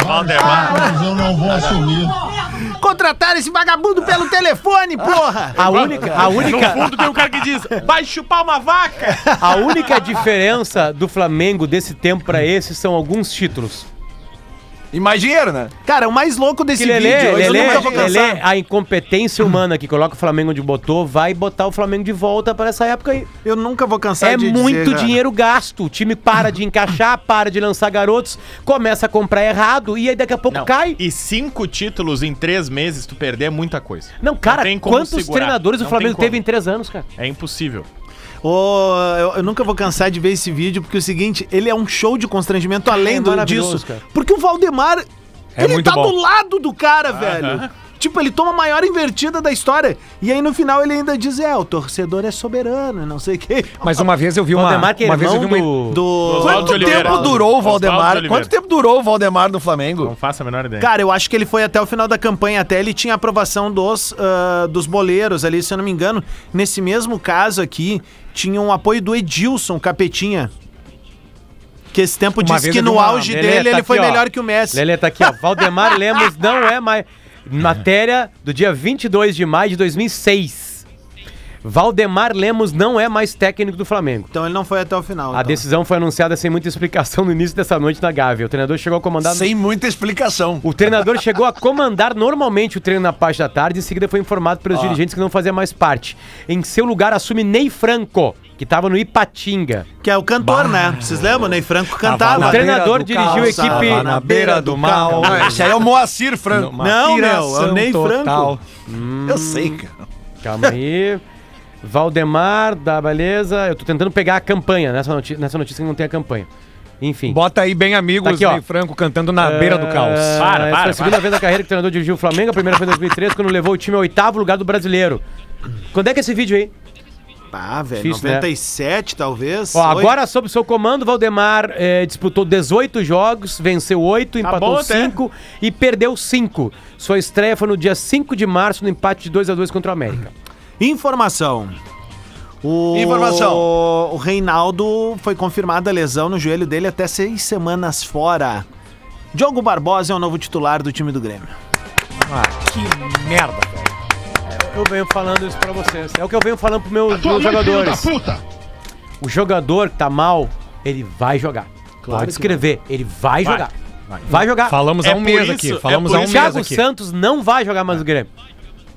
Speaker 1: Valdemar!
Speaker 9: Mas eu não vou assumir.
Speaker 1: Contrataram esse vagabundo pelo telefone, porra!
Speaker 2: A única, a única,
Speaker 3: No fundo tem um cara que diz: vai chupar uma vaca!
Speaker 2: a única diferença do Flamengo desse tempo pra esse são alguns títulos.
Speaker 5: E mais dinheiro, né?
Speaker 1: Cara, o mais louco desse
Speaker 2: que Lelê,
Speaker 1: vídeo, hoje
Speaker 2: Lelê,
Speaker 1: eu nunca vou
Speaker 2: Lelê,
Speaker 1: cansar.
Speaker 2: a incompetência humana que coloca o Flamengo onde botou, vai botar o Flamengo de volta pra essa época aí.
Speaker 1: Eu nunca vou cansar
Speaker 2: É
Speaker 1: de dizer, né?
Speaker 2: muito
Speaker 1: cara.
Speaker 2: dinheiro gasto. O time para de encaixar, para de lançar garotos, começa a comprar errado e aí daqui a pouco cai.
Speaker 3: E cinco títulos em três meses, tu perder é muita coisa.
Speaker 2: Não, cara,
Speaker 3: tem como
Speaker 2: quantos
Speaker 3: segurar.
Speaker 2: treinadores
Speaker 3: Não
Speaker 2: o Flamengo
Speaker 3: tem como.
Speaker 2: teve em três anos, cara?
Speaker 3: É impossível.
Speaker 1: Ô, eu, eu nunca vou cansar de ver esse vídeo, porque o seguinte, ele é um show de constrangimento além do-
Speaker 2: maravilhoso,
Speaker 1: disso.
Speaker 2: cara.
Speaker 1: Porque o Valdemar,
Speaker 6: É
Speaker 1: ele
Speaker 6: muito
Speaker 1: tá
Speaker 6: bom.
Speaker 1: do lado do cara, velho. Tipo, ele toma a maior invertida da história. E aí no final ele ainda diz: é, o torcedor é soberano, e não sei o quê.
Speaker 6: Mas uma vez eu vi uma.
Speaker 2: Valdemar, que é
Speaker 6: uma vez eu vi
Speaker 2: irmão
Speaker 6: uma.
Speaker 1: um
Speaker 2: do...
Speaker 1: Do.
Speaker 3: Oswaldo
Speaker 5: Quanto
Speaker 3: de Oliveira.
Speaker 5: tempo durou o
Speaker 3: Oswaldo de
Speaker 5: Valdemar?
Speaker 3: Oliveira.
Speaker 5: Quanto tempo durou o Valdemar no
Speaker 3: Não
Speaker 5: Flamengo?
Speaker 3: faço a menor
Speaker 2: É.
Speaker 3: ideia.
Speaker 1: Cara, eu acho que ele foi até o final da campanha, até ele tinha aprovação dos, ah, dos boleiros ali, se eu não me engano. Nesse mesmo caso aqui, tinha um apoio do Edilson Capetinha. Que esse tempo
Speaker 6: Uma
Speaker 1: disse
Speaker 6: vez
Speaker 1: que
Speaker 6: eu vi
Speaker 1: no
Speaker 6: uma-
Speaker 1: auge
Speaker 2: Lelê,
Speaker 1: dele
Speaker 2: tá
Speaker 1: ele
Speaker 2: aqui,
Speaker 1: foi
Speaker 2: ó.
Speaker 1: melhor que o Messi.
Speaker 2: Lelê tá aqui, ó. Valdemar Lemos não é mais. Matéria do dia 22 de maio de 2006. Valdemar Lemos não é mais técnico do Flamengo.
Speaker 1: Então ele não foi até o final.
Speaker 2: A
Speaker 1: então.
Speaker 2: decisão foi anunciada sem muita explicação no início dessa noite na Gávea. O treinador chegou a comandar.
Speaker 5: Sem muita explicação.
Speaker 2: O treinador chegou a comandar normalmente o treino na parte da tarde, em seguida foi informado pelos dirigentes que não fazia mais parte. Em seu lugar assume Ney Franco, que estava no Ipatinga.
Speaker 1: Que é o cantor, né? Vocês lembram? Ney Franco
Speaker 6: Tava
Speaker 1: cantava.
Speaker 6: na
Speaker 2: o treinador
Speaker 6: beira do
Speaker 2: dirigiu
Speaker 6: caos,
Speaker 2: a equipe-
Speaker 6: tava na beira do mal.
Speaker 5: Não, esse aí é o Moacir Franco.
Speaker 6: Uma
Speaker 1: Não, meu, é o
Speaker 6: piração
Speaker 1: Ney
Speaker 6: total.
Speaker 5: Eu sei, cara.
Speaker 2: Calma aí. Valdemar, da beleza. Eu tô tentando pegar a campanha nessa, noti- nessa notícia que não tem a campanha. Enfim.
Speaker 6: Bota aí bem amigos
Speaker 2: Tá aqui, ó.
Speaker 6: Ney Franco cantando na beira
Speaker 7: É.
Speaker 6: do caos.
Speaker 2: Ah, essa
Speaker 3: Para, para,
Speaker 2: foi a
Speaker 3: para.
Speaker 2: segunda vez na carreira que o treinador dirigiu o Flamengo. A primeira foi em 2013, quando levou o time ao oitavo lugar do brasileiro. Quando é que é esse vídeo aí?
Speaker 1: Ah, velho,
Speaker 2: Difícil, né?
Speaker 1: 97 talvez.
Speaker 2: Ó,
Speaker 1: Oito.
Speaker 2: agora, sob seu comando, Valdemar eh, disputou 18 jogos, venceu 8,
Speaker 3: bom
Speaker 2: empatou
Speaker 3: até.
Speaker 2: 5 e perdeu 5. Sua estreia foi no dia 5 de março, no empate de 2 a 2 contra o América.
Speaker 1: Informação. O...
Speaker 5: Informação.
Speaker 1: O Reinaldo foi confirmada a lesão no joelho dele até seis semanas fora. Diogo Barbosa é o novo titular do time do Grêmio.
Speaker 6: Merda.
Speaker 2: Eu venho falando isso pra vocês. É o que eu venho falando pros meus, meus jogadores.
Speaker 4: puta!
Speaker 2: O jogador que tá mal, ele vai jogar. Pode escrever, ele vai, jogar. Vai, jogar.
Speaker 6: Falamos
Speaker 3: É
Speaker 6: há um
Speaker 3: por
Speaker 6: mês
Speaker 3: isso-
Speaker 6: aqui.
Speaker 3: é
Speaker 6: Falamos
Speaker 3: por
Speaker 6: há um
Speaker 2: o
Speaker 6: mês
Speaker 3: isso-
Speaker 2: Thiago
Speaker 6: aqui.
Speaker 2: Santos não vai jogar mais no Grêmio.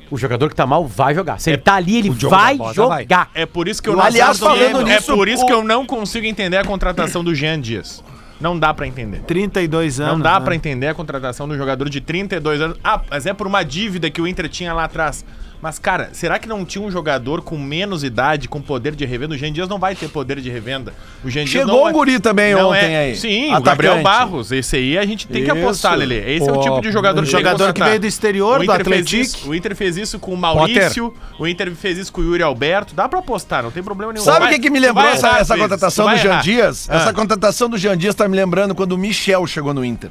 Speaker 2: O jogador que tá mal vai jogar. Se ele tá ali, ele
Speaker 6: Diogo
Speaker 2: vai
Speaker 6: Barbosa vai.
Speaker 2: jogar.
Speaker 3: É por isso que eu
Speaker 5: Aliás,
Speaker 3: não
Speaker 5: falando
Speaker 3: É
Speaker 5: nisso,
Speaker 3: por isso
Speaker 5: o-
Speaker 3: que eu não consigo entender a contratação do Jean Dias. Não dá pra entender.
Speaker 1: 32 anos.
Speaker 3: Não dá
Speaker 1: né?
Speaker 3: pra entender a contratação do jogador de 32 anos. Ah, mas é por uma dívida que o Inter tinha lá atrás. Mas, cara, será que não tinha um jogador com menos idade, com poder de revenda? O Jean Dias não vai ter poder de revenda. O Jean Dias
Speaker 5: Chegou
Speaker 3: não
Speaker 5: o guri também
Speaker 3: não
Speaker 5: ontem
Speaker 3: é-
Speaker 5: aí.
Speaker 3: Sim, o
Speaker 5: Atacante.
Speaker 3: Gabriel Barros. Esse aí a gente tem que apostar, Lelê. Esse é o
Speaker 6: Pô,
Speaker 3: tipo de jogador
Speaker 1: um
Speaker 3: que tem
Speaker 1: jogador que
Speaker 3: contratar.
Speaker 1: veio do exterior,
Speaker 3: O
Speaker 1: do
Speaker 3: Inter fez
Speaker 1: Atlético.
Speaker 3: isso- O Inter fez isso com o Maurício. O Inter fez isso com o Yuri Alberto. Dá pra apostar, não tem problema nenhum.
Speaker 5: Sabe o
Speaker 3: Vai-
Speaker 5: que, que me
Speaker 3: tu
Speaker 5: lembrou
Speaker 3: vai
Speaker 5: essa,
Speaker 3: errar às
Speaker 5: essa
Speaker 3: vezes,
Speaker 5: contratação
Speaker 3: tu
Speaker 5: do
Speaker 3: vai
Speaker 5: Jean
Speaker 3: errar.
Speaker 5: Dias?
Speaker 3: Ah.
Speaker 5: Essa contratação do Jean Dias tá me lembrando quando o Michel chegou no Inter.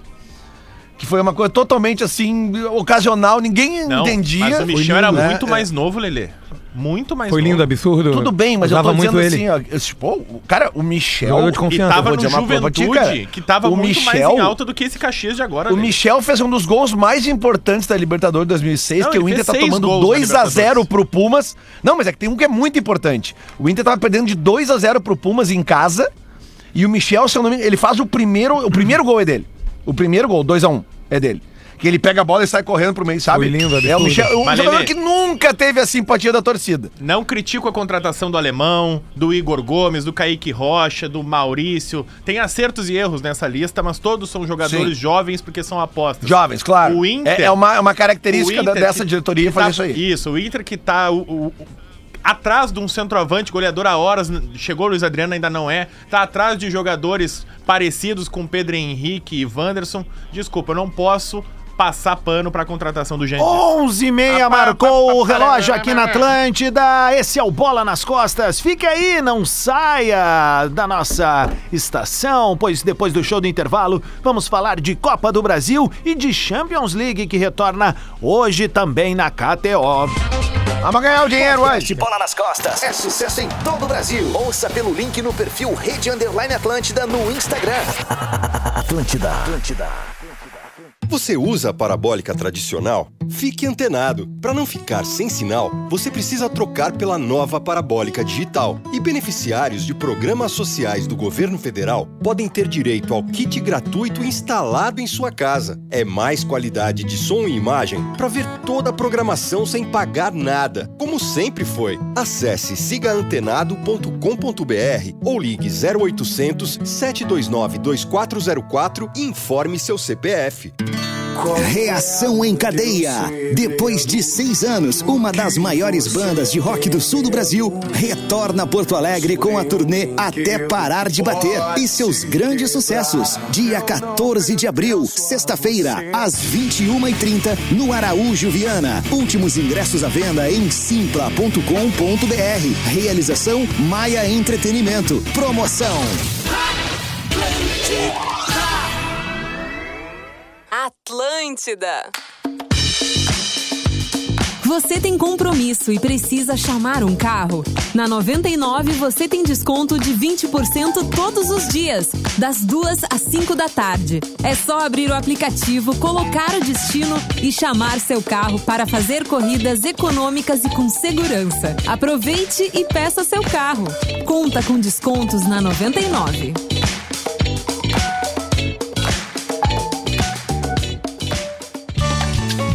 Speaker 5: Que foi uma coisa totalmente assim, ocasional, ninguém
Speaker 3: Não,
Speaker 5: entendia.
Speaker 3: Mas o
Speaker 5: Foi
Speaker 3: Michel era
Speaker 5: lindo, né?
Speaker 3: muito
Speaker 5: É.
Speaker 3: mais novo, Lelê. Muito mais
Speaker 6: Foi
Speaker 3: novo.
Speaker 6: lindo, absurdo.
Speaker 5: Tudo bem, mas eu
Speaker 6: Usava
Speaker 5: tô dizendo
Speaker 6: muito
Speaker 5: assim,
Speaker 6: ele.
Speaker 5: ó. esse- Tipo, o cara, o Michel.
Speaker 6: Jogador de
Speaker 3: E
Speaker 6: confiança.
Speaker 3: tava
Speaker 5: vou
Speaker 3: no
Speaker 5: dizer uma coisa pra ti,
Speaker 3: Juventude,
Speaker 5: cara.
Speaker 3: que tava
Speaker 5: O
Speaker 3: muito mais
Speaker 5: Michel-
Speaker 3: em alta do que esse Caxias de agora.
Speaker 5: O
Speaker 3: né?
Speaker 5: Michel fez um dos gols mais importantes da Libertadores 2006,
Speaker 3: Não,
Speaker 5: que
Speaker 3: ele
Speaker 5: o Inter
Speaker 3: fez
Speaker 5: tá
Speaker 3: seis
Speaker 5: tomando
Speaker 3: gols na
Speaker 5: 2 a 0
Speaker 3: Libertadores.
Speaker 5: pro Pumas. Não, mas é que tem um que é muito importante. O Inter tava perdendo de 2 a 0 pro Pumas em casa, e o Michel, se eu não me engano, ele faz o primeiro, o primeiro gol é dele. O primeiro gol, 2 a 1 é dele. Que ele pega a bola e sai correndo pro meio, sabe?
Speaker 6: Foi lindo,
Speaker 5: é o
Speaker 6: absurdo.
Speaker 5: Michel, é um
Speaker 3: Mas,
Speaker 5: jogador
Speaker 3: Lelê-
Speaker 5: que nunca teve a simpatia da torcida.
Speaker 3: Não critico a contratação do Alemão, do Igor Gomes, do Kaique Rocha, do Maurício. Tem acertos e erros nessa lista, mas todos são jogadores
Speaker 5: Sim.
Speaker 3: jovens porque são apostas.
Speaker 5: Jovens, claro.
Speaker 3: O Inter-
Speaker 5: é, é uma, é uma característica
Speaker 3: O
Speaker 5: da-
Speaker 3: Inter
Speaker 5: dessa
Speaker 3: que-
Speaker 5: diretoria
Speaker 3: que
Speaker 5: fazer
Speaker 3: tá-
Speaker 5: isso aí.
Speaker 3: Isso, o Inter que tá o- o- o- atrás de um centroavante, goleador há horas, n- chegou o Luiz Adriano, ainda não é. Tá atrás de jogadores parecidos com Pedro Henrique e Wanderson. Desculpa, eu não posso passar pano pra contratação do
Speaker 5: Oh!
Speaker 3: Jean. Dias.
Speaker 1: 11 e meia marcou o relógio aqui na Atlântida. Esse é o Bola nas Costas. Fique aí, não saia da nossa estação, pois depois do show do intervalo vamos falar de Copa do Brasil e de Champions League que retorna hoje também na KTO.
Speaker 5: Vamos ganhar o dinheiro hoje.
Speaker 10: Bola nas costas. É sucesso em todo o Brasil. Ouça pelo link no perfil Rede Underline Atlântida no Instagram. Atlântida. Atlântida.
Speaker 11: Você usa a parabólica tradicional? Fique antenado. Para não ficar sem sinal, você precisa trocar pela nova parabólica digital. E beneficiários de programas sociais do governo federal podem ter direito ao kit gratuito instalado em sua casa. É mais qualidade de som e imagem para ver toda a programação sem pagar nada, como sempre foi. Acesse sigaantenado.com.br ou ligue 0800 729 2404 e informe seu CPF.
Speaker 10: Reação em cadeia. Depois de seis anos, uma das maiores bandas de rock do sul do Brasil retorna a Porto Alegre com a turnê Até Parar de Bater e seus grandes sucessos. Dia 14 de abril, sexta-feira, às 21h30, no Araújo Viana. Últimos ingressos à venda em simpla.com.br. Realização Maia Entretenimento. Promoção.
Speaker 12: Atlântida. Você tem compromisso e precisa chamar um carro? Na 99 você tem desconto de 20% todos os dias, das 2 às 5 da tarde. É só abrir o aplicativo, colocar o destino e chamar seu carro para fazer corridas econômicas e com segurança. Aproveite e peça seu carro. Conta com descontos na 99.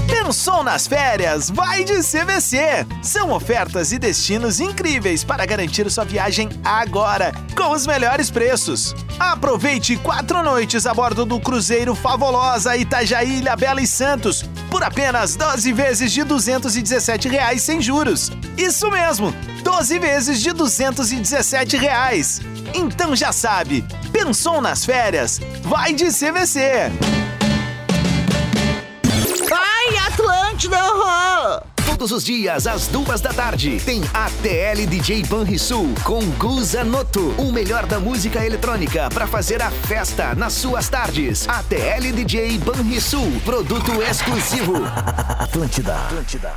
Speaker 1: Pensou nas férias? Vai de CVC! São ofertas e destinos incríveis para garantir sua viagem agora, com os melhores preços. Aproveite quatro noites a bordo do cruzeiro Favolosa Itajaí, Ilha Bela e Santos, por apenas 12 vezes de R$ 217 reais sem juros. Isso mesmo, 12 vezes de R$ 217 reais. Então já sabe, pensou nas férias? Vai de CVC!
Speaker 13: Vai, Atlântida! Uhum.
Speaker 10: Todos os dias, às duas da tarde, tem ATL DJ Banrisul com Guza Noto, o melhor da música eletrônica para fazer a festa nas suas tardes. ATL DJ Banrisul, produto exclusivo. Atlântida. Atlântida.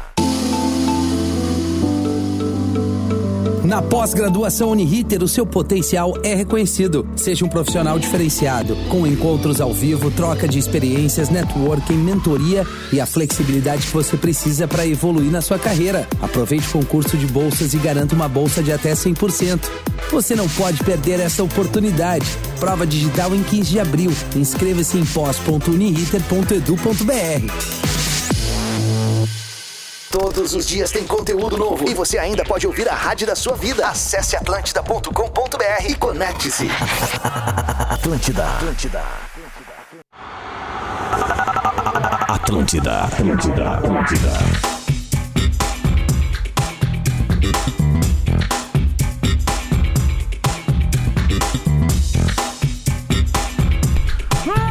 Speaker 14: Na pós-graduação Uniriter, o seu potencial é reconhecido. Seja um profissional diferenciado, com encontros ao vivo, troca de experiências, networking, mentoria e a flexibilidade que você precisa para evoluir na sua carreira. Aproveite o concurso de bolsas e garanta uma bolsa de até 100%. Você não pode perder essa oportunidade. Prova digital em 15 de abril. Inscreva-se em pós.uniriter.edu.br.
Speaker 10: Todos os dias tem conteúdo novo e você ainda pode ouvir a rádio da sua vida. Acesse atlântida.com.br e conecte-se. Atlântida. Atlântida.
Speaker 15: Atlântida, Atlântida, Atlântida.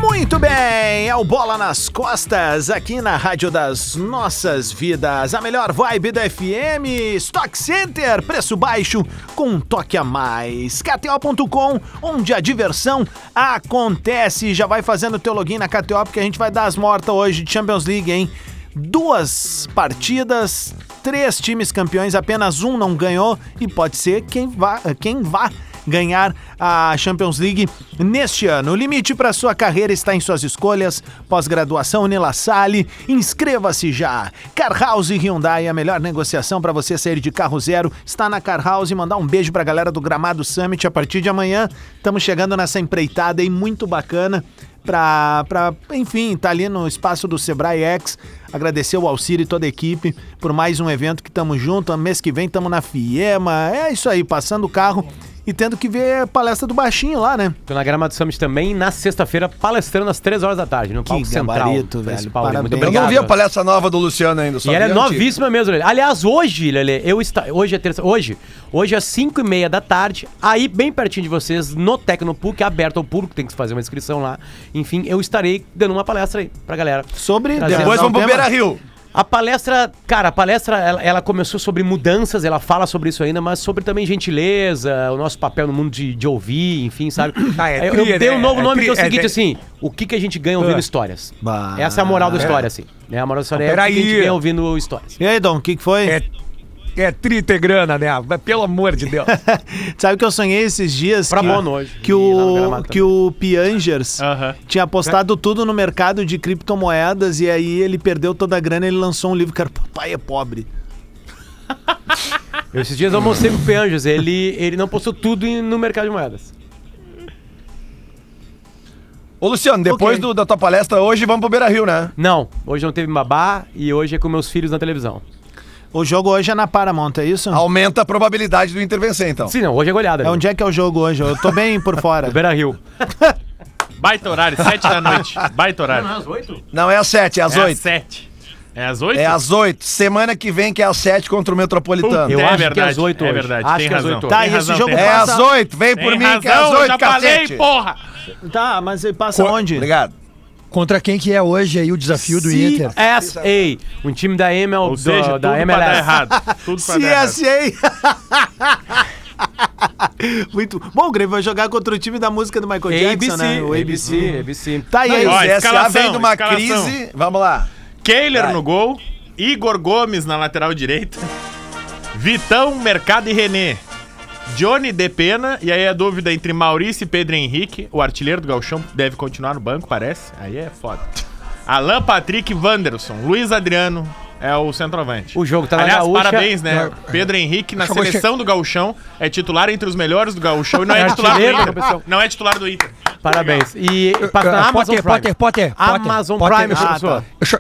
Speaker 1: Muito bem, é o Bola nas Costas, aqui na Rádio das Nossas Vidas. A melhor vibe da FM, Stock Center, preço baixo com um toque a mais. KTO.com, onde a diversão acontece. Já vai fazendo o teu login na KTO, porque a gente vai dar as mortas hoje de Champions League, hein? Duas partidas, três times campeões, apenas um não ganhou e pode ser quem vá, quem vá ganhar a Champions League neste ano. O limite para sua carreira está em suas escolhas. Pós-graduação Nila Sale, inscreva-se já. Car House Hyundai, a melhor negociação para você sair de carro zero está na Car House. Mandar um beijo para a galera do Gramado Summit a partir de amanhã. Estamos chegando nessa empreitada aí muito bacana para, enfim, tá ali no espaço do Sebrae X. Agradecer o Alcir e toda a equipe por mais um evento que estamos junto. Mês que vem estamos na Fiema. É isso aí, passando o carro e tendo que ver a palestra do baixinho lá, né?
Speaker 2: Tô na Gramado Summit também, na sexta-feira, palestrando às três horas da tarde, no palco central.
Speaker 1: gabarito, velho,
Speaker 2: principal. Muito
Speaker 1: parabéns.
Speaker 5: Eu
Speaker 2: obrigado.
Speaker 5: não vi a palestra nova do Luciano ainda, só
Speaker 2: E ela é
Speaker 5: vi a antiga.
Speaker 2: novíssima mesmo, Lelê. Aliás, hoje, Lelê, eu está... hoje é terça. Hoje, hoje às 5 e meia da tarde, aí bem pertinho de vocês, no Tecnopuc, aberto ao público, tem que fazer uma inscrição lá. Enfim, eu estarei dando uma palestra aí pra galera.
Speaker 1: Sobre.
Speaker 3: é
Speaker 2: Trazendo-
Speaker 5: Depois vamos pro Beira Rio.
Speaker 2: A palestra, cara, a palestra ela, ela começou sobre mudanças, ela fala sobre isso ainda, mas sobre também gentileza, o nosso papel no mundo de, de ouvir, enfim, sabe?
Speaker 6: é
Speaker 2: eu,
Speaker 6: tri,
Speaker 2: eu dei um
Speaker 6: né?
Speaker 2: novo
Speaker 6: É
Speaker 2: nome que é o
Speaker 6: tri, é
Speaker 2: seguinte,
Speaker 6: de-
Speaker 2: assim, o que, que a gente ganha ouvindo
Speaker 1: Ah.
Speaker 2: histórias?
Speaker 1: Bah.
Speaker 2: Essa é a moral da
Speaker 1: É.
Speaker 2: história, assim. Né? A moral da história é o que a
Speaker 6: Peraí.
Speaker 2: gente ganha ouvindo histórias.
Speaker 1: E aí, Dom, o que, que foi?
Speaker 6: É, é trita e grana, né? Mas Pelo amor de Deus.
Speaker 1: Sabe o que eu sonhei esses dias?
Speaker 2: Pra
Speaker 1: que,
Speaker 2: Bono hoje.
Speaker 1: Que o, que o Piangers tinha apostado tudo no mercado de criptomoedas e aí ele perdeu toda a grana e ele lançou um livro que era Papai é Pobre.
Speaker 2: Eu, esses dias eu almocei com o Peanjos, ele, ele não postou tudo em- no mercado de moedas.
Speaker 5: Ô, Luciano, depois do- da tua palestra hoje, vamos pro Beira Rio, né?
Speaker 2: Não, hoje não teve babá e hoje é com meus filhos na televisão.
Speaker 1: O jogo hoje é na Paramount, é
Speaker 3: Hum.
Speaker 1: isso?
Speaker 5: Aumenta a probabilidade do intervencer, então.
Speaker 1: um
Speaker 2: Sim, não, hoje é goleada.
Speaker 1: É onde é que é o jogo hoje? Eu tô bem por fora.
Speaker 2: Beira Rio.
Speaker 3: Baita horário, sete da noite. Baita horário.
Speaker 5: Não, não é
Speaker 3: às oito?
Speaker 5: Não, é às 7, é às
Speaker 3: É às
Speaker 5: 8.
Speaker 3: sete. É às oito?
Speaker 5: É às 8. Semana que vem que é às 7 contra o Metropolitano.
Speaker 3: Puta, Eu é acho que é verdade, às oito é hoje. verdade, Acho tem que é às razão. oito hoje.
Speaker 5: Tá,
Speaker 3: Tem
Speaker 5: e esse
Speaker 3: razão,
Speaker 5: jogo
Speaker 3: tem
Speaker 5: é
Speaker 3: razão.
Speaker 5: às 8. Vem
Speaker 3: Tem
Speaker 5: por mim que é
Speaker 3: razão,
Speaker 5: às
Speaker 3: eu
Speaker 5: 8,
Speaker 3: já falei,
Speaker 5: cacete.
Speaker 3: porra!
Speaker 1: Tá, mas ele passa onde?
Speaker 5: Obrigado.
Speaker 7: Contra quem que é hoje aí o desafio do Inter?
Speaker 6: é
Speaker 2: CSA, um time da ML,
Speaker 7: Ou seja,
Speaker 2: da,
Speaker 7: tudo
Speaker 2: da
Speaker 7: pra dar
Speaker 2: MLS.
Speaker 7: errado,
Speaker 3: tudo
Speaker 2: pra
Speaker 5: é
Speaker 2: dar errado.
Speaker 1: Muito bom, o Grêmio vai jogar contra o time da música do Michael
Speaker 2: ABC,
Speaker 1: Jackson, né? O
Speaker 2: ABC, ABC.
Speaker 1: Tá
Speaker 5: é-
Speaker 1: aí,
Speaker 3: Não,
Speaker 1: o
Speaker 3: ó,
Speaker 1: CSA
Speaker 3: escalação,
Speaker 1: vem de uma
Speaker 3: escalação.
Speaker 1: crise.
Speaker 5: Vamos lá.
Speaker 3: Kehler
Speaker 1: Vai.
Speaker 3: no gol, Igor Gomes na lateral direita, Vitão, Mercado e René. Johnny de Pena, e aí a dúvida entre Maurício e Pedro Henrique, o artilheiro do Galchão deve continuar no banco, parece. Aí é foda. Alan Patrick e Wanderson, Luiz Adriano é o centroavante.
Speaker 2: O jogo tá na
Speaker 3: Aliás,
Speaker 2: Gaúcha.
Speaker 3: parabéns, né?
Speaker 2: Não,
Speaker 3: Pedro Henrique na
Speaker 2: Acho que eu
Speaker 3: seleção do Galchão é titular entre os melhores do Galchão e não é titular do
Speaker 2: Artilheiro da
Speaker 3: Inter.
Speaker 2: competição.
Speaker 3: Não é titular do Inter.
Speaker 2: Parabéns. E
Speaker 7: Eu-
Speaker 2: passa na
Speaker 7: ah,
Speaker 2: Amazon Prime.
Speaker 7: Potter, Potter, Potter, Potter,
Speaker 2: Amazon
Speaker 7: Potter,
Speaker 2: Prime,
Speaker 7: eu só-
Speaker 2: professor.
Speaker 7: eu só-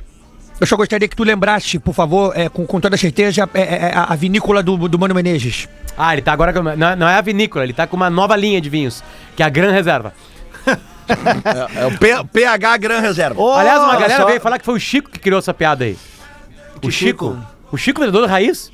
Speaker 7: Eu só gostaria que tu lembrasse, por favor, é, com, com toda certeza, é, é, é, a vinícola do, do Mano Menezes.
Speaker 2: Ah, ele tá agora com... Não, não é a vinícola, ele tá com uma nova linha de vinhos, que é a Gran Reserva.
Speaker 5: É, é o P- PH Gran Reserva.
Speaker 2: Aliás, uma
Speaker 5: Olha
Speaker 2: galera
Speaker 5: só.
Speaker 2: veio falar que foi o Chico que criou essa piada aí.
Speaker 5: Que
Speaker 2: o Chico?
Speaker 5: Chico?
Speaker 2: O Chico, vendedor da raiz?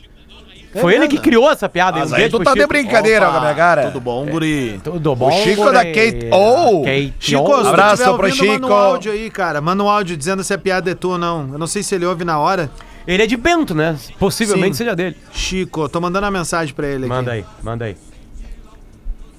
Speaker 5: É
Speaker 2: foi ele
Speaker 5: mesmo?
Speaker 2: que criou essa piada Um aí.
Speaker 5: Mas aí tu tá de brincadeira,
Speaker 2: Opa,
Speaker 5: minha cara.
Speaker 1: Tudo bom, guri?
Speaker 2: Tudo Então, bom,
Speaker 5: O Chico é da Kate. Oh!
Speaker 1: Chico, se
Speaker 5: abraço
Speaker 1: abraço pra
Speaker 5: pro
Speaker 1: Chico. Manda um
Speaker 5: Chico.
Speaker 1: áudio aí, cara. Manda um áudio dizendo se a piada é tua ou não. Eu não sei se ele ouve na hora.
Speaker 2: Ele é de Bento, né? Possivelmente seja dele.
Speaker 1: Chico, tô mandando uma mensagem pra ele aqui.
Speaker 2: Manda aí, manda aí.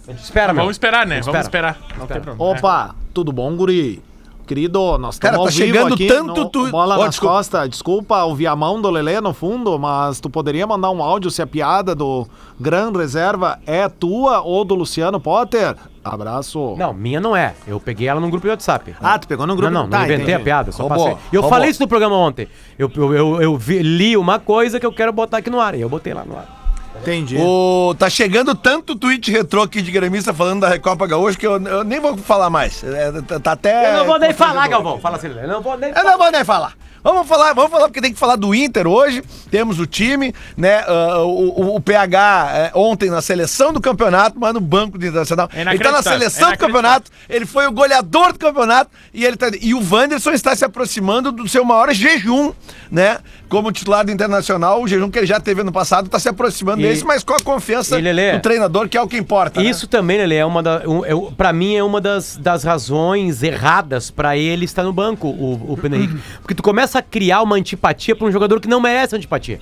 Speaker 2: A gente espera, meu.
Speaker 1: Vamos esperar, né? Vamos
Speaker 3: Tá esperar.
Speaker 2: Não
Speaker 3: tem problema.
Speaker 1: Opa, tudo bom, guri? Querido, nós
Speaker 5: É. Cara,
Speaker 1: estamos ao
Speaker 5: tá
Speaker 1: vivo
Speaker 5: chegando
Speaker 1: aqui,
Speaker 5: tanto
Speaker 1: no-
Speaker 5: tu-
Speaker 1: Bola
Speaker 5: Ó,
Speaker 1: nas
Speaker 5: desculpa.
Speaker 1: costas, desculpa ouvir a mão do Lelê no fundo, mas tu poderia mandar um áudio se a piada do Gran Reserva é tua ou do Luciano Potter? Abraço.
Speaker 2: Não, minha não é. Eu peguei ela num grupo de WhatsApp.
Speaker 1: Ah, tu pegou num grupo?
Speaker 2: Não, não,
Speaker 1: Tá,
Speaker 2: não inventei
Speaker 1: entendi.
Speaker 2: a piada. Só
Speaker 1: Roubou,
Speaker 2: passei. E eu
Speaker 1: roubou.
Speaker 2: falei isso no programa ontem. Eu, eu, eu, eu vi- li uma coisa que eu quero botar aqui no ar. E eu botei lá no ar.
Speaker 1: Entendi.
Speaker 5: O- tá chegando tanto tweet retrô aqui de gremista falando da Recopa Gaúcha que eu, eu nem vou falar mais. É, tá, tá até.
Speaker 2: eu não vou nem falar, Galvão. Fala assim, eu não vou nem
Speaker 5: Eu não vou nem falar. Vamos falar, vamos falar, porque tem que falar do Inter hoje. Temos o time, né? ah, o, o- o PH é, ontem na seleção do campeonato, mas no banco do Internacional. ele tá na
Speaker 3: inacreditável,
Speaker 5: seleção
Speaker 3: é
Speaker 5: do campeonato, ele foi o goleador do campeonato e ele tá. E o Wanderson está se aproximando do seu maior jejum, né? Como titular do Internacional, o jejum que ele já teve ano passado, está se aproximando
Speaker 2: E-
Speaker 5: desse, mas com a confiança
Speaker 2: e, Lelê,
Speaker 5: do treinador, que é o que importa. né?
Speaker 2: Isso também, Lele, é uma da, um, é o- pra mim é uma das, das razões erradas pra ele estar no banco, o, o Pedro Henrique. Porque tu começa a criar uma antipatia pra um jogador que não merece antipatia.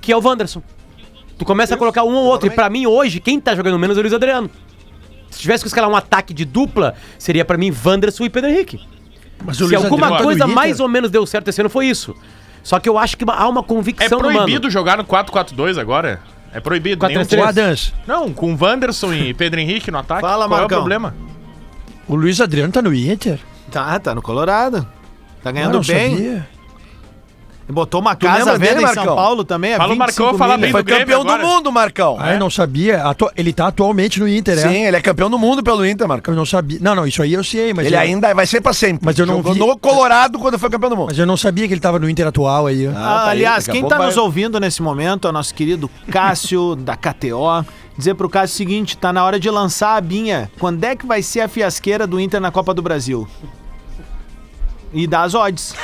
Speaker 2: Que é o Wanderson. Tu começa a colocar um ou outro. E pra mim, hoje, quem tá jogando menos é o Luiz Adriano. Se tivesse que escalar um ataque de dupla, seria pra mim Wanderson e Pedro Henrique.
Speaker 7: Mas
Speaker 2: Se alguma
Speaker 3: Adriano- tá
Speaker 2: coisa
Speaker 3: Inter-
Speaker 2: mais ou menos deu certo esse ano, foi isso. Só que eu acho que uma- há uma
Speaker 3: É
Speaker 2: convicção no mano.
Speaker 3: proibido jogar no 4-4-2 agora? É proibido. nenhum
Speaker 7: 4-3-3.
Speaker 3: dos- Não, com Wanderson e Pedro Henrique no ataque.
Speaker 1: Fala,
Speaker 3: Qual
Speaker 1: Marcão.
Speaker 3: é o problema?
Speaker 7: O Luiz Adriano tá no Inter?
Speaker 1: Tá, tá no Colorado. Tá
Speaker 7: Ah,
Speaker 1: ganhando
Speaker 7: não
Speaker 1: bem.
Speaker 7: sabia.
Speaker 1: Botou uma
Speaker 7: Tu
Speaker 1: casa
Speaker 7: lembra
Speaker 1: velha
Speaker 7: dele,
Speaker 1: em São
Speaker 7: Marcão?
Speaker 1: Paulo também. é
Speaker 7: Fala o
Speaker 1: 25
Speaker 7: Marcão falar bem
Speaker 5: né?
Speaker 1: milhas.
Speaker 7: do Foi Grêmio campeão do agora. mundo.
Speaker 5: Mundo, Marcão.
Speaker 6: É?
Speaker 7: Ah, eu não sabia. Atu- Ele tá atualmente no Inter, é?
Speaker 5: Sim, ele é campeão do mundo pelo Inter, Marcão.
Speaker 7: Eu não sabia. Não, não, isso aí eu sei, mas.
Speaker 5: ele
Speaker 7: eu-
Speaker 5: ainda vai ser pra sempre.
Speaker 7: Mas eu não
Speaker 5: Jogou
Speaker 7: vi-
Speaker 5: no Colorado quando foi campeão do mundo.
Speaker 7: Mas eu não sabia que ele tava no Inter atual aí.
Speaker 1: Ah,
Speaker 5: tá aí,
Speaker 1: aliás,
Speaker 5: daqui a
Speaker 1: quem
Speaker 5: pouco
Speaker 1: está
Speaker 5: vai-
Speaker 1: nos ouvindo nesse momento é o nosso querido Cássio da KTO. Dizer pro Cássio o seguinte: tá na hora de lançar a Binha. Quando é que vai ser a fiasqueira do Inter na Copa do Brasil? E dar as odds.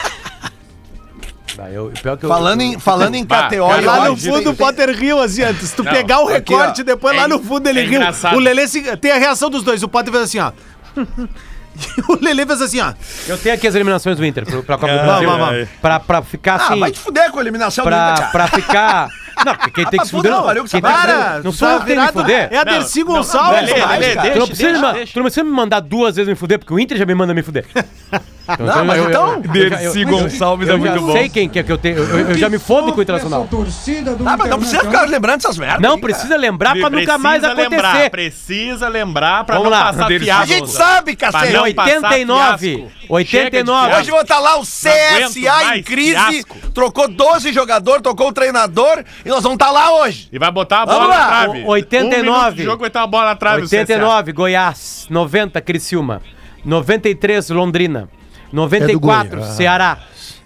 Speaker 2: Tá, eu- pior que eu-
Speaker 5: Falando em, falando em
Speaker 2: Bah,
Speaker 5: KTO,
Speaker 1: Mas
Speaker 5: eu
Speaker 1: lá no
Speaker 5: acho-
Speaker 1: fundo o Potter riu, assim, ó. Se tu
Speaker 5: Não,
Speaker 1: pegar o
Speaker 5: aqui,
Speaker 1: recorte,
Speaker 5: ó,
Speaker 1: depois
Speaker 5: é
Speaker 1: lá no
Speaker 5: en-
Speaker 1: fundo ele
Speaker 5: é
Speaker 1: riu.
Speaker 5: engraçado.
Speaker 1: O Lelê se- tem a reação dos dois. O Potter fez assim, ó. o Lelê fez assim, ó.
Speaker 2: Eu tenho aqui as eliminações do Inter pro- pra Copa do
Speaker 1: Ai,
Speaker 2: Brasil.
Speaker 1: ai.
Speaker 2: Pra, pra ficar
Speaker 5: É. Ah,
Speaker 2: assim.
Speaker 5: vai te fuder com a eliminação do Inter,
Speaker 2: pra,
Speaker 5: cara. Ah,
Speaker 2: pra ficar. Não, porque quem tem que
Speaker 5: pra
Speaker 2: se fuder.
Speaker 5: puta,
Speaker 2: Não,
Speaker 5: valeu que
Speaker 2: quem tem
Speaker 5: você
Speaker 2: que se
Speaker 5: para,
Speaker 2: fuder- não
Speaker 5: tu
Speaker 2: sou
Speaker 5: tá
Speaker 2: eu que tenho que me
Speaker 5: virado-
Speaker 2: fuder.
Speaker 5: é a Dercy
Speaker 2: Não, não,
Speaker 5: Gonçalves,
Speaker 2: não, não,
Speaker 5: rapaz,
Speaker 1: É
Speaker 2: Lelê,
Speaker 5: cara.
Speaker 2: Lelê, Tu não
Speaker 5: Deixa,
Speaker 2: precisa
Speaker 5: deixa,
Speaker 2: me ma- tu não precisa me mandar duas vezes me fuder, porque o Inter já me manda me
Speaker 5: É
Speaker 2: fuder.
Speaker 5: Não, mas então,
Speaker 2: Dercy Gonçalves é muito bom. Eu já sei quem que é que eu tenho. Eu, eu- eu já me fodo com o Internacional.
Speaker 8: torcida do
Speaker 5: Ah,
Speaker 7: é.
Speaker 5: mas não precisa ficar lembrando essas merdas.
Speaker 2: Não precisa lembrar pra nunca mais
Speaker 3: Precisa
Speaker 2: acontecer.
Speaker 3: Lembrar, precisa lembrar pra
Speaker 2: Vamos
Speaker 3: não
Speaker 2: lá.
Speaker 3: passar
Speaker 2: Anderson.
Speaker 3: fiasco.
Speaker 2: A gente
Speaker 5: sabe, cacete.
Speaker 3: Pra não passar
Speaker 2: 89,
Speaker 3: fiasco.
Speaker 2: 89.
Speaker 3: Chega de
Speaker 5: Hoje vou estar lá o CSA em
Speaker 3: mais
Speaker 5: crise,
Speaker 3: fiasco.
Speaker 5: trocou 12 jogadores, trocou o treinador e nós vamos estar lá hoje.
Speaker 3: E vai botar a
Speaker 5: Vamos
Speaker 3: bola na
Speaker 5: lá.
Speaker 3: trave.
Speaker 2: O- 89.
Speaker 3: Um minuto de jogo vai estar a bola na trave. o CSA.
Speaker 2: 89, Goiás. 90, Criciúma. 93, Londrina. 94,
Speaker 7: É do Goiás.
Speaker 2: Ceará.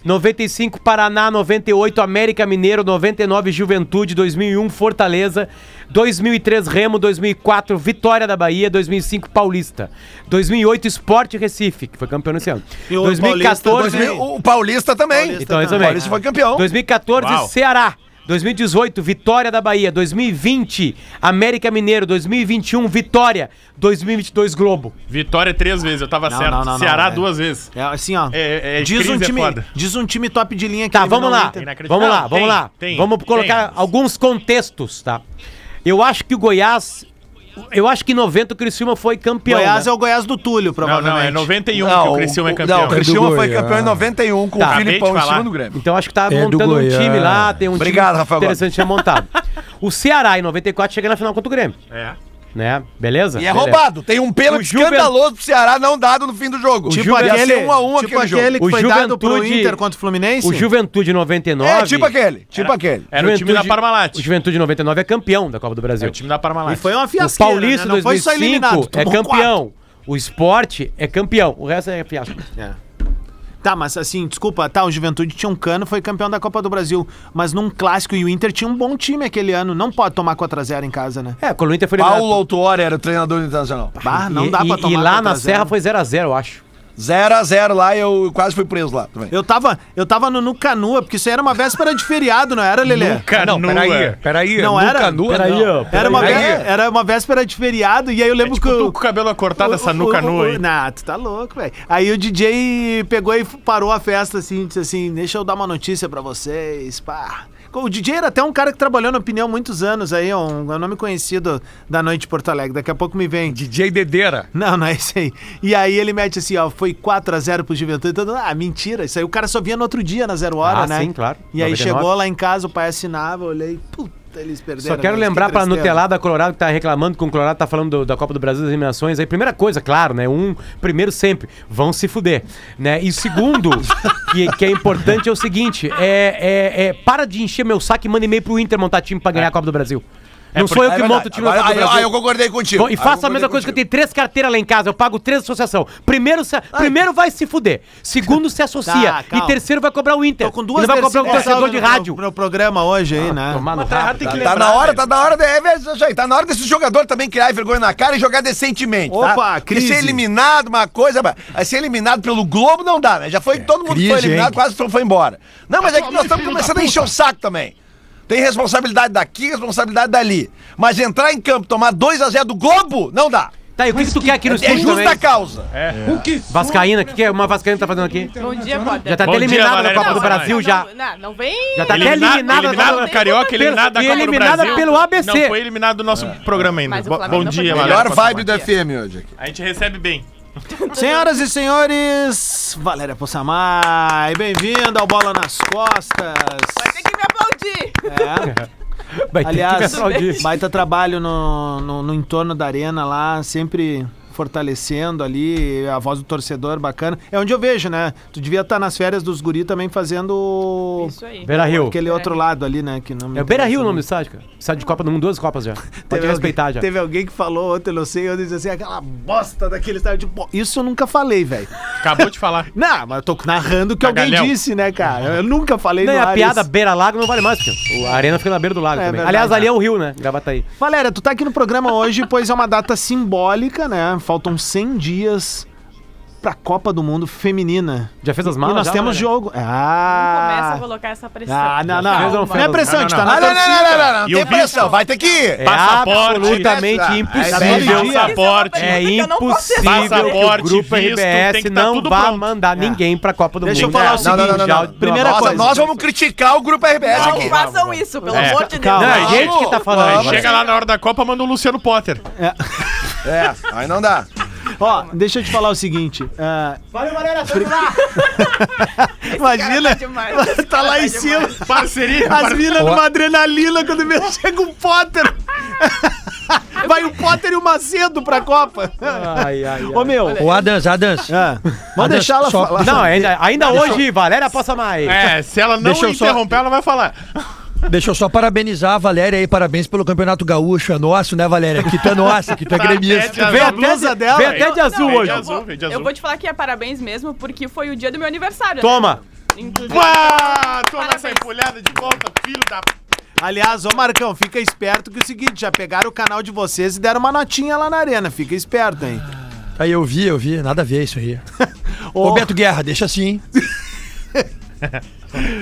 Speaker 2: 95 Paraná, 98 América Mineiro, 99 Juventude, 2001 Fortaleza, 2003 Remo, 2004 Vitória da Bahia, 2005 Paulista, 2008 Esporte Recife, que foi campeão esse ano.
Speaker 5: E o
Speaker 2: 2014
Speaker 5: Paulista- o Paulista também.
Speaker 2: Então, isso
Speaker 5: também.
Speaker 2: também.
Speaker 5: Paulista foi campeão.
Speaker 2: 2014
Speaker 5: Uau.
Speaker 2: Ceará. 2018, Vitória da Bahia. 2020, América Mineiro. 2021, Vitória. 2022, Globo.
Speaker 3: Vitória três vezes, eu tava
Speaker 2: Não,
Speaker 3: certo.
Speaker 2: não, não, não,
Speaker 3: Ceará
Speaker 2: é.
Speaker 3: duas vezes.
Speaker 1: É assim, ó.
Speaker 3: É, é,
Speaker 1: diz, um
Speaker 3: crise é
Speaker 1: time,
Speaker 3: foda.
Speaker 1: diz um time top de linha que
Speaker 2: Tá,
Speaker 1: eliminou
Speaker 2: vamos
Speaker 1: o
Speaker 2: lá.
Speaker 1: Inter.
Speaker 2: Vamos lá,
Speaker 3: Não,
Speaker 2: vamos
Speaker 3: tem,
Speaker 2: lá.
Speaker 3: tem,
Speaker 2: vamos colocar alguns contextos, tá? Eu acho que o Goiás. Eu acho que em 90 o Criciúma foi campeão.
Speaker 1: Goiás
Speaker 2: né?
Speaker 1: é o Goiás do Túlio, provavelmente.
Speaker 3: não, é 91 que o Criciúma é campeão.
Speaker 5: Não, o Criciúma foi campeão em 91 com
Speaker 2: Tá,
Speaker 5: o
Speaker 2: acabei
Speaker 5: Filipão
Speaker 2: de
Speaker 5: em
Speaker 2: falar.
Speaker 5: cima do Grêmio.
Speaker 2: Então acho que tá
Speaker 5: É do
Speaker 2: montando um
Speaker 5: Goiás.
Speaker 2: time lá, tem um
Speaker 5: Obrigado,
Speaker 2: time
Speaker 5: Rafael
Speaker 2: interessante já montado. o Ceará, em 94, chega na final contra o Grêmio.
Speaker 3: É.
Speaker 2: Né? Beleza?
Speaker 5: E é
Speaker 2: Beleza.
Speaker 5: roubado. Tem um
Speaker 2: O
Speaker 5: pênalti
Speaker 2: Juven-
Speaker 5: escandaloso pro Ceará não dado no fim do jogo.
Speaker 2: O Juven-
Speaker 5: ia ser um a um
Speaker 1: tipo
Speaker 5: aquele jogo.
Speaker 1: aquele que
Speaker 2: O
Speaker 1: foi dado pro
Speaker 2: Juventude-
Speaker 1: Inter contra o Fluminense?
Speaker 2: O Juventude 99.
Speaker 5: É, tipo aquele, tipo aquele.
Speaker 3: Era o time da Parmalat.
Speaker 2: O Juventude 99 é campeão da Copa do Brasil.
Speaker 3: É o time da Parmalat.
Speaker 1: E foi uma
Speaker 2: O
Speaker 1: fiasqueira,
Speaker 2: Paulista
Speaker 1: né? Não foi só
Speaker 2: 2005
Speaker 1: eliminado,
Speaker 2: é
Speaker 1: tomou
Speaker 2: campeão. O Esporte é campeão. O resto é fiasco.
Speaker 1: Tá, mas assim, desculpa, tá, o Juventude tinha um cano, foi campeão da Copa do Brasil, mas num clássico e o Inter tinha um bom time aquele ano, não pode tomar 4 a 0 em casa, né?
Speaker 2: É, quando o Inter foi
Speaker 5: Paulo Autuori era o treinador do Internacional.
Speaker 1: Bah, não
Speaker 2: e,
Speaker 1: dá
Speaker 2: e-
Speaker 1: pra tomar
Speaker 2: E lá
Speaker 1: 4 a
Speaker 2: na
Speaker 1: 0.
Speaker 2: Serra foi 0x0, eu acho.
Speaker 5: 0x0 lá, eu quase fui preso lá também.
Speaker 1: Eu tava, eu tava no, no Canoa, porque isso aí era uma véspera de feriado, não era, Lelê?
Speaker 6: Não, peraí, peraí.
Speaker 1: Não
Speaker 6: no
Speaker 1: era?
Speaker 6: Canoa,
Speaker 2: Peraí, É
Speaker 6: não.
Speaker 2: ó,
Speaker 1: Era uma,
Speaker 6: Peraí.
Speaker 1: vé- era uma véspera de feriado, e aí eu lembro
Speaker 3: Tipo,
Speaker 1: que.
Speaker 3: tu
Speaker 1: o-
Speaker 3: com o cabelo
Speaker 2: Tá
Speaker 3: acortado, essa nuca
Speaker 1: o- o-
Speaker 3: nua aí.
Speaker 1: Nah, tu tá louco, velho. Aí o DJ pegou e f- parou a festa assim, disse assim: deixa eu dar uma notícia pra vocês, pá. O DJ era até um cara que trabalhou na opinião muitos anos aí, ó, um, um nome conhecido da noite de Porto Alegre. Daqui a pouco me vem.
Speaker 6: DJ Dedeira.
Speaker 1: Não, não é isso aí. E aí ele mete assim, ó, foi 4x0 pro Juventude. Todo mundo, ah, mentira. Isso aí o cara só via no outro dia, na zero hora,
Speaker 2: Ah,
Speaker 1: né?
Speaker 2: sim, claro.
Speaker 1: E aí
Speaker 2: 99.
Speaker 1: chegou lá em casa, o pai assinava, eu olhei, puta, eles perderam.
Speaker 2: Só quero
Speaker 1: mesmo,
Speaker 2: lembrar
Speaker 1: Né, que
Speaker 2: pra
Speaker 1: tristeza.
Speaker 2: Nutelada Colorado que tá reclamando com o Colorado tá falando do- da Copa do Brasil das eliminações aí. Primeira coisa, claro, né? Um, primeiro sempre, vão se fuder, né? E segundo, que, que é importante é o seguinte, é, é, é para de encher meu saco e manda e-mail pro Inter montar time pra
Speaker 1: É.
Speaker 2: ganhar a Copa do Brasil. Não sou eu que monto o time da
Speaker 5: é
Speaker 2: Copa do
Speaker 5: Agora- aí,
Speaker 1: ah,
Speaker 5: eu-
Speaker 2: Brasil.
Speaker 5: aí eu concordei contigo.
Speaker 2: Bom, e faça a mesma coisa que eu tenho três carteiras lá em casa, eu pago três associação. Primeiro, se- primeiro vai se fuder. Segundo, se associa.
Speaker 1: Tá, calma.
Speaker 2: e terceiro vai cobrar o Inter.
Speaker 1: Tô com duas É,
Speaker 2: Ele vai cobrar o
Speaker 1: terceiras
Speaker 2: torcedor de
Speaker 1: no- no-
Speaker 2: rádio.
Speaker 1: No programa hoje aí, né?
Speaker 2: Tomar no
Speaker 3: Mas tá errado,
Speaker 2: rabo,
Speaker 3: tem
Speaker 2: tá?
Speaker 3: que
Speaker 5: Tá
Speaker 3: lembrar.
Speaker 5: na hora,
Speaker 3: velho.
Speaker 5: tá na hora, de- é, é isso aí, tá na hora desse jogador também criar vergonha na cara e jogar decentemente. tá?
Speaker 1: Opa,
Speaker 5: Porque
Speaker 1: crise.
Speaker 5: ser eliminado, uma coisa, mas- aí ser eliminado pelo Globo não dá, né? Já foi, todo mundo que foi
Speaker 7: crise,
Speaker 5: eliminado,
Speaker 7: hein?
Speaker 5: quase foi, foi embora. Não, mas é que nós estamos começando a encher o saco também. Tem responsabilidade daqui, responsabilidade dali. Mas entrar em campo, tomar 2x0 do Globo, não dá.
Speaker 2: Tá, e o que, que tu quer aqui no
Speaker 5: É
Speaker 2: estúdio
Speaker 5: justa
Speaker 2: também?
Speaker 5: causa.
Speaker 8: O que
Speaker 2: Vascaína, o que, que é uma Vascaína tá fazendo aqui?
Speaker 16: Bom dia, Potter.
Speaker 2: Já tá
Speaker 3: Bom
Speaker 2: até
Speaker 3: dia,
Speaker 2: eliminada na
Speaker 3: Valéria
Speaker 2: Copa do
Speaker 3: Bolsonaro.
Speaker 2: Brasil, já.
Speaker 16: Não, não vem.
Speaker 2: Já tá até
Speaker 3: Eliminada-
Speaker 2: eliminada.
Speaker 3: eliminada
Speaker 2: da-
Speaker 3: do Carioca, eliminada
Speaker 2: e
Speaker 3: da Copa do
Speaker 2: eliminada
Speaker 3: Brasil.
Speaker 2: pelo ABC.
Speaker 3: Não foi eliminado do nosso programa ainda.
Speaker 16: Mas o
Speaker 3: Bo-
Speaker 16: Flamengo
Speaker 3: Bom
Speaker 16: não foi
Speaker 3: dia,
Speaker 16: bem.
Speaker 3: Valéria
Speaker 5: Melhor
Speaker 16: Melhor
Speaker 3: Bolsonaro.
Speaker 5: vibe do FM hoje aqui.
Speaker 3: A gente recebe bem.
Speaker 1: Senhoras e senhores, Valéria Possamay, bem-vinda ao Bola nas
Speaker 16: Vai
Speaker 1: Costas.
Speaker 16: ter que me aplaudir.
Speaker 1: É,
Speaker 2: Vai ter que
Speaker 1: aliás,
Speaker 2: pensar o dia.
Speaker 1: baita trabalho no, no, no entorno da arena lá, sempre fortalecendo ali a voz do torcedor, bacana. É onde eu vejo, né? Tu devia estar nas férias dos guri também fazendo
Speaker 16: Isso aí.
Speaker 2: Beira Rio.
Speaker 1: aquele outro lado ali, né? Que não me
Speaker 2: É o Beira Rio o
Speaker 1: interessa
Speaker 2: nome do estádio, cara. Estádio de Copa do Mundo, duas Copas já. Pode
Speaker 1: Teve
Speaker 2: respeitar
Speaker 1: alguém,
Speaker 2: já.
Speaker 1: Teve alguém que falou ontem, eu não sei, eu disse assim, aquela bosta daquele estádio. Tipo, isso eu nunca falei, velho.
Speaker 3: Acabou de falar.
Speaker 1: Não, mas eu tô narrando o que
Speaker 3: Cagalhão.
Speaker 1: alguém disse, né, cara? Eu nunca falei
Speaker 2: Tá Não,
Speaker 1: no
Speaker 2: e a
Speaker 1: ar
Speaker 2: piada
Speaker 1: isso.
Speaker 2: beira-lago não vale mais, porque a arena fica na beira do lago
Speaker 1: É
Speaker 2: também.
Speaker 1: verdade,
Speaker 2: Aliás,
Speaker 1: né?
Speaker 2: ali é o rio, né? Gravataí.
Speaker 1: Valéria, tu tá aqui no programa hoje, pois é uma data simbólica, né? Faltam 100 dias pra Copa do Mundo feminina.
Speaker 2: Já fez as
Speaker 1: e
Speaker 2: malas?
Speaker 1: nós
Speaker 2: já,
Speaker 1: temos
Speaker 2: Valéria?
Speaker 1: jogo.
Speaker 16: Começa
Speaker 1: Ah,
Speaker 16: a colocar essa pressão.
Speaker 1: ah, não,
Speaker 2: Fez
Speaker 1: não.
Speaker 2: ou
Speaker 1: Não,
Speaker 2: não fez?
Speaker 1: é pressão, a gente tá
Speaker 5: Ah,
Speaker 1: na
Speaker 5: não, não, não,
Speaker 1: torcida.
Speaker 5: não, não, não.
Speaker 3: E o
Speaker 5: Tem pressão, vai ter que ir.
Speaker 2: É
Speaker 3: Passaporte.
Speaker 2: absolutamente
Speaker 5: Ah, é
Speaker 3: um
Speaker 2: impossível.
Speaker 1: bem.
Speaker 3: Passaporte.
Speaker 2: É
Speaker 16: Porque eu não posso ser
Speaker 2: impossível que o
Speaker 3: Passaporte,
Speaker 2: grupo
Speaker 3: visto, tem que
Speaker 2: RBS
Speaker 3: tá
Speaker 2: não
Speaker 3: tudo
Speaker 2: vá
Speaker 3: pronto.
Speaker 2: mandar ninguém pra Copa do
Speaker 1: Deixa eu
Speaker 2: Mundo.
Speaker 1: falar o
Speaker 5: Não, não, não, não,
Speaker 1: seguinte, já-
Speaker 5: não.
Speaker 1: primeira
Speaker 5: Nossa,
Speaker 1: coisa.
Speaker 5: nós vamos criticar o grupo RBS
Speaker 16: Não
Speaker 5: aqui.
Speaker 16: façam isso, pelo
Speaker 3: É.
Speaker 16: amor de Deus.
Speaker 1: Calma.
Speaker 2: Não,
Speaker 3: Não,
Speaker 2: é gente que tá falando.
Speaker 5: vamos.
Speaker 2: Chega-
Speaker 3: Chega lá na hora da Copa, manda o Luciano Potter.
Speaker 5: É, aí não dá.
Speaker 1: Ó, deixa eu te falar o seguinte. ah,
Speaker 16: Valeu, galera. Tamo lá.
Speaker 1: imagina, tá lá em cima.
Speaker 3: Parceria.
Speaker 1: As minas numa adrenalina quando vê, chega um Potter. Vai o Potter e o Macedo pra Copa.
Speaker 7: é
Speaker 2: Ai, ai, ai.
Speaker 1: Ô meu,
Speaker 7: Ô, Adans, Adans.
Speaker 1: ah, vamos
Speaker 7: Adams,
Speaker 1: deixar ela
Speaker 7: só-
Speaker 1: falar.
Speaker 2: Não, ainda, ainda hoje, Valéria passa mais.
Speaker 3: É, se ela não
Speaker 7: Deixa eu só-
Speaker 3: interromper, ela vai falar.
Speaker 6: Ah.
Speaker 7: Deixa eu só parabenizar a Valéria aí, parabéns pelo Campeonato Gaúcho. É nosso, né, Valéria? Que tu é nossa, que tu é
Speaker 3: Tá
Speaker 7: gremista.
Speaker 3: pede
Speaker 2: Vem
Speaker 3: a-
Speaker 1: a blusa dela,
Speaker 2: Vem
Speaker 3: velho.
Speaker 1: é
Speaker 2: até de azul
Speaker 3: não,
Speaker 2: hoje.
Speaker 3: de
Speaker 16: é Eu vou,
Speaker 3: azul, vem de azul.
Speaker 16: eu vou te falar que é parabéns mesmo, porque foi o dia do meu aniversário. né?
Speaker 2: Toma.
Speaker 16: inclusive.
Speaker 3: Pá! Toma essa empolhada de volta, filho da.
Speaker 1: Aliás, ô Marcão, fica esperto que é o seguinte, já pegaram o canal de vocês e deram uma notinha lá na arena. Fica esperto, hein?
Speaker 7: Aí eu vi, eu vi, nada a ver isso aí. Roberto Guerra, deixa assim.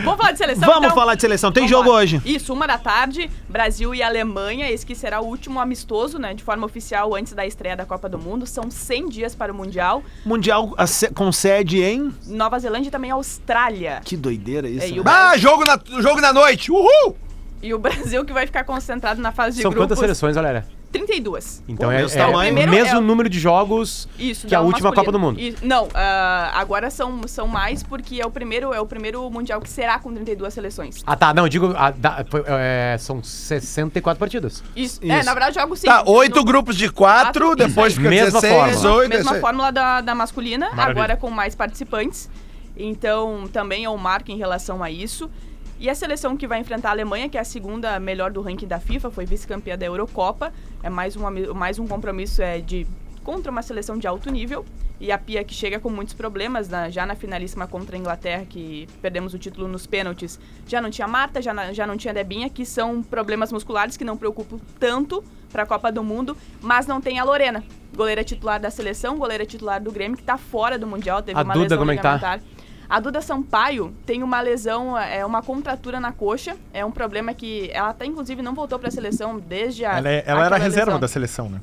Speaker 16: Vamos falar de seleção?
Speaker 1: Vamos
Speaker 16: então?
Speaker 1: falar de seleção. Tem jogo hoje.
Speaker 16: Isso, uma da tarde, Brasil e Alemanha. Esse que será o último amistoso, né? De forma oficial, antes da estreia da Copa do Mundo. São 100 dias para o Mundial.
Speaker 1: Mundial a se- com sede em...
Speaker 16: Nova Zelândia e também Austrália.
Speaker 1: Que doideira isso.
Speaker 16: É, e
Speaker 1: né?
Speaker 16: o Brasil- Ah,
Speaker 1: jogo na, jogo na noite. Uhul!
Speaker 16: E o Brasil que vai ficar concentrado na fase de
Speaker 2: São
Speaker 16: grupos.
Speaker 2: quantas seleções, galera?
Speaker 16: 32.
Speaker 2: Então
Speaker 1: Pô,
Speaker 2: é,
Speaker 1: mesmo
Speaker 2: é
Speaker 1: tamanho.
Speaker 2: o mesmo número de jogos
Speaker 16: Isso,
Speaker 2: que é a
Speaker 16: da
Speaker 2: última
Speaker 16: masculina.
Speaker 2: Copa do Mundo.
Speaker 16: E- não, ah, agora são, são mais porque é o primeiro é o primeiro mundial que será com 32 seleções.
Speaker 2: Ah, tá. Não, eu digo. ah, dá- foi, é, são 64 partidas.
Speaker 16: Isso. É, na verdade, jogos sim.
Speaker 5: Tá, oito
Speaker 16: No-
Speaker 5: grupos de quatro,
Speaker 16: Quatro,
Speaker 5: depois
Speaker 2: isso
Speaker 5: fica
Speaker 2: aí. Mesma
Speaker 5: 16,
Speaker 2: fórmula.
Speaker 5: oito.
Speaker 16: Mesma
Speaker 5: é isso aí.
Speaker 16: fórmula da, da masculina,
Speaker 5: Maravilha.
Speaker 16: agora com mais participantes. Então, também é um marco em relação a isso. E a seleção que vai enfrentar a Alemanha, que é a segunda melhor do ranking da FIFA, foi vice-campeã da Eurocopa. É mais um, ami- mais um compromisso é de contra uma seleção de alto nível. E a Pia é que chega com muitos problemas, na- já na finalíssima contra a Inglaterra, que perdemos o título nos pênaltis, já não tinha Marta, já, na- já não tinha Debinha, que são problemas musculares que não preocupam tanto para a Copa do Mundo, mas não tem a Lorena, goleira titular da seleção, goleira titular do Grêmio, que está fora do Mundial, teve
Speaker 2: A
Speaker 16: uma
Speaker 2: Duda,
Speaker 16: lesão
Speaker 2: como é que tá?
Speaker 16: ligamentar. A Duda Sampaio tem uma lesão, é uma contratura na coxa, é um problema que ela até inclusive não voltou para a seleção desde a
Speaker 3: Ela, é- ela era
Speaker 16: aquela
Speaker 3: a reserva
Speaker 16: lesão.
Speaker 3: da seleção, né?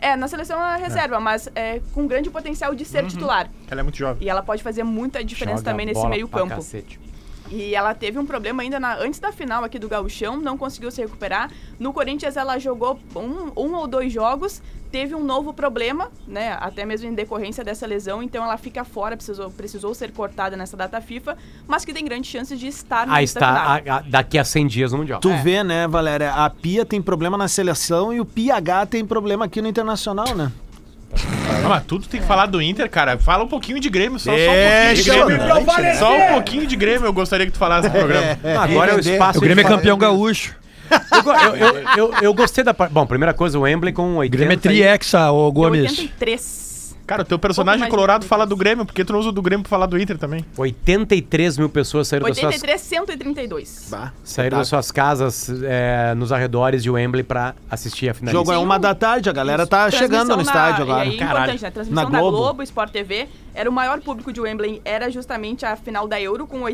Speaker 16: É, na seleção ela é reserva, mas é com grande potencial de ser titular.
Speaker 3: Ela é muito jovem.
Speaker 16: E ela pode fazer muita diferença
Speaker 2: Joga
Speaker 16: também nesse
Speaker 2: bola
Speaker 16: meio
Speaker 2: pra
Speaker 16: campo.
Speaker 2: cacete.
Speaker 16: E ela teve um problema ainda na- antes da final aqui do Gauchão, não conseguiu se recuperar. No Corinthians ela jogou um, um ou dois jogos, teve um novo problema, né? Até mesmo em decorrência dessa lesão, então ela fica fora, precisou, precisou ser cortada nessa data FIFA, mas que tem grandes chances de estar no
Speaker 2: Aí
Speaker 16: início da
Speaker 2: Ah, está,
Speaker 16: final.
Speaker 2: a- a- daqui a 100 dias no Mundial.
Speaker 16: É.
Speaker 1: Tu
Speaker 7: É.
Speaker 1: vê, né, Valéria? A Pia tem problema na seleção e o PH tem problema aqui no Internacional, né?
Speaker 3: Ah, mas tudo tem que falar do Inter, cara. Fala um pouquinho de Grêmio, só, só
Speaker 1: Deixa
Speaker 3: um pouquinho de
Speaker 1: eu me
Speaker 3: Grêmio.
Speaker 1: prevalecer.
Speaker 3: Só um pouquinho de Grêmio eu gostaria que tu falasse no programa.
Speaker 2: Agora é o espaço.
Speaker 7: O Grêmio
Speaker 2: de
Speaker 7: é
Speaker 2: falar-
Speaker 7: campeão gaúcho.
Speaker 2: Eu, go- eu, eu, eu, eu gostei da parte. Bom, primeira coisa, o Emblem com um. 80.
Speaker 7: Grêmio é triexa, ô
Speaker 16: É
Speaker 7: Gomes.
Speaker 16: 83.
Speaker 3: Cara, o teu personagem
Speaker 16: Um pouco mais
Speaker 3: colorado fala do Grêmio, porque tu não usa o do Grêmio pra falar do Inter também.
Speaker 2: 83 mil pessoas saíram, das, suas,
Speaker 16: 83, 132.
Speaker 2: saíram das suas casas é, nos arredores de Wembley pra assistir a
Speaker 1: O
Speaker 2: finalização.
Speaker 1: jogo é uma da tarde, a galera tá
Speaker 16: Transmissão
Speaker 1: chegando no
Speaker 16: na-
Speaker 1: estádio
Speaker 16: E
Speaker 1: agora.
Speaker 16: aí, importante, né? Transmissão da Globo, Sport TV. Era o maior público de Wembley, era justamente a final da Euro, com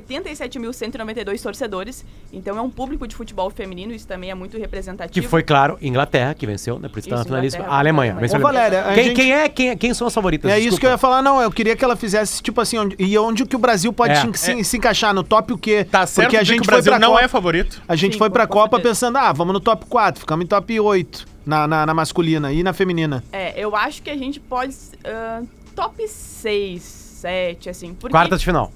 Speaker 16: 87.192 torcedores. Então é um público de futebol feminino, isso também é muito representativo.
Speaker 2: Que foi, claro, Inglaterra, que venceu, né? Por isso tá na
Speaker 16: né? Isso,
Speaker 2: finalíssima.
Speaker 16: Inglaterra, É.
Speaker 2: A Alemanha.
Speaker 16: Alemanha.
Speaker 2: Venceu
Speaker 1: Ô,
Speaker 2: a Alemanha.
Speaker 1: Valéria, a
Speaker 2: quem,
Speaker 1: gente-
Speaker 2: quem, é, quem, é- quem são as favoritas?
Speaker 1: É isso que eu ia falar, não. Eu queria que ela fizesse, tipo assim, onde- e onde que o Brasil pode
Speaker 2: É,
Speaker 1: se- se, se encaixar no top o quê? Tá
Speaker 3: certo que o Brasil não é favorito.
Speaker 1: A gente foi pra Copa pensando, ah, vamos no top 4, ficamos em top 8 na, na, na masculina e na feminina.
Speaker 16: É, eu acho que a gente pode. ah, top 6, 7, assim. Porque...
Speaker 2: Quartas de final.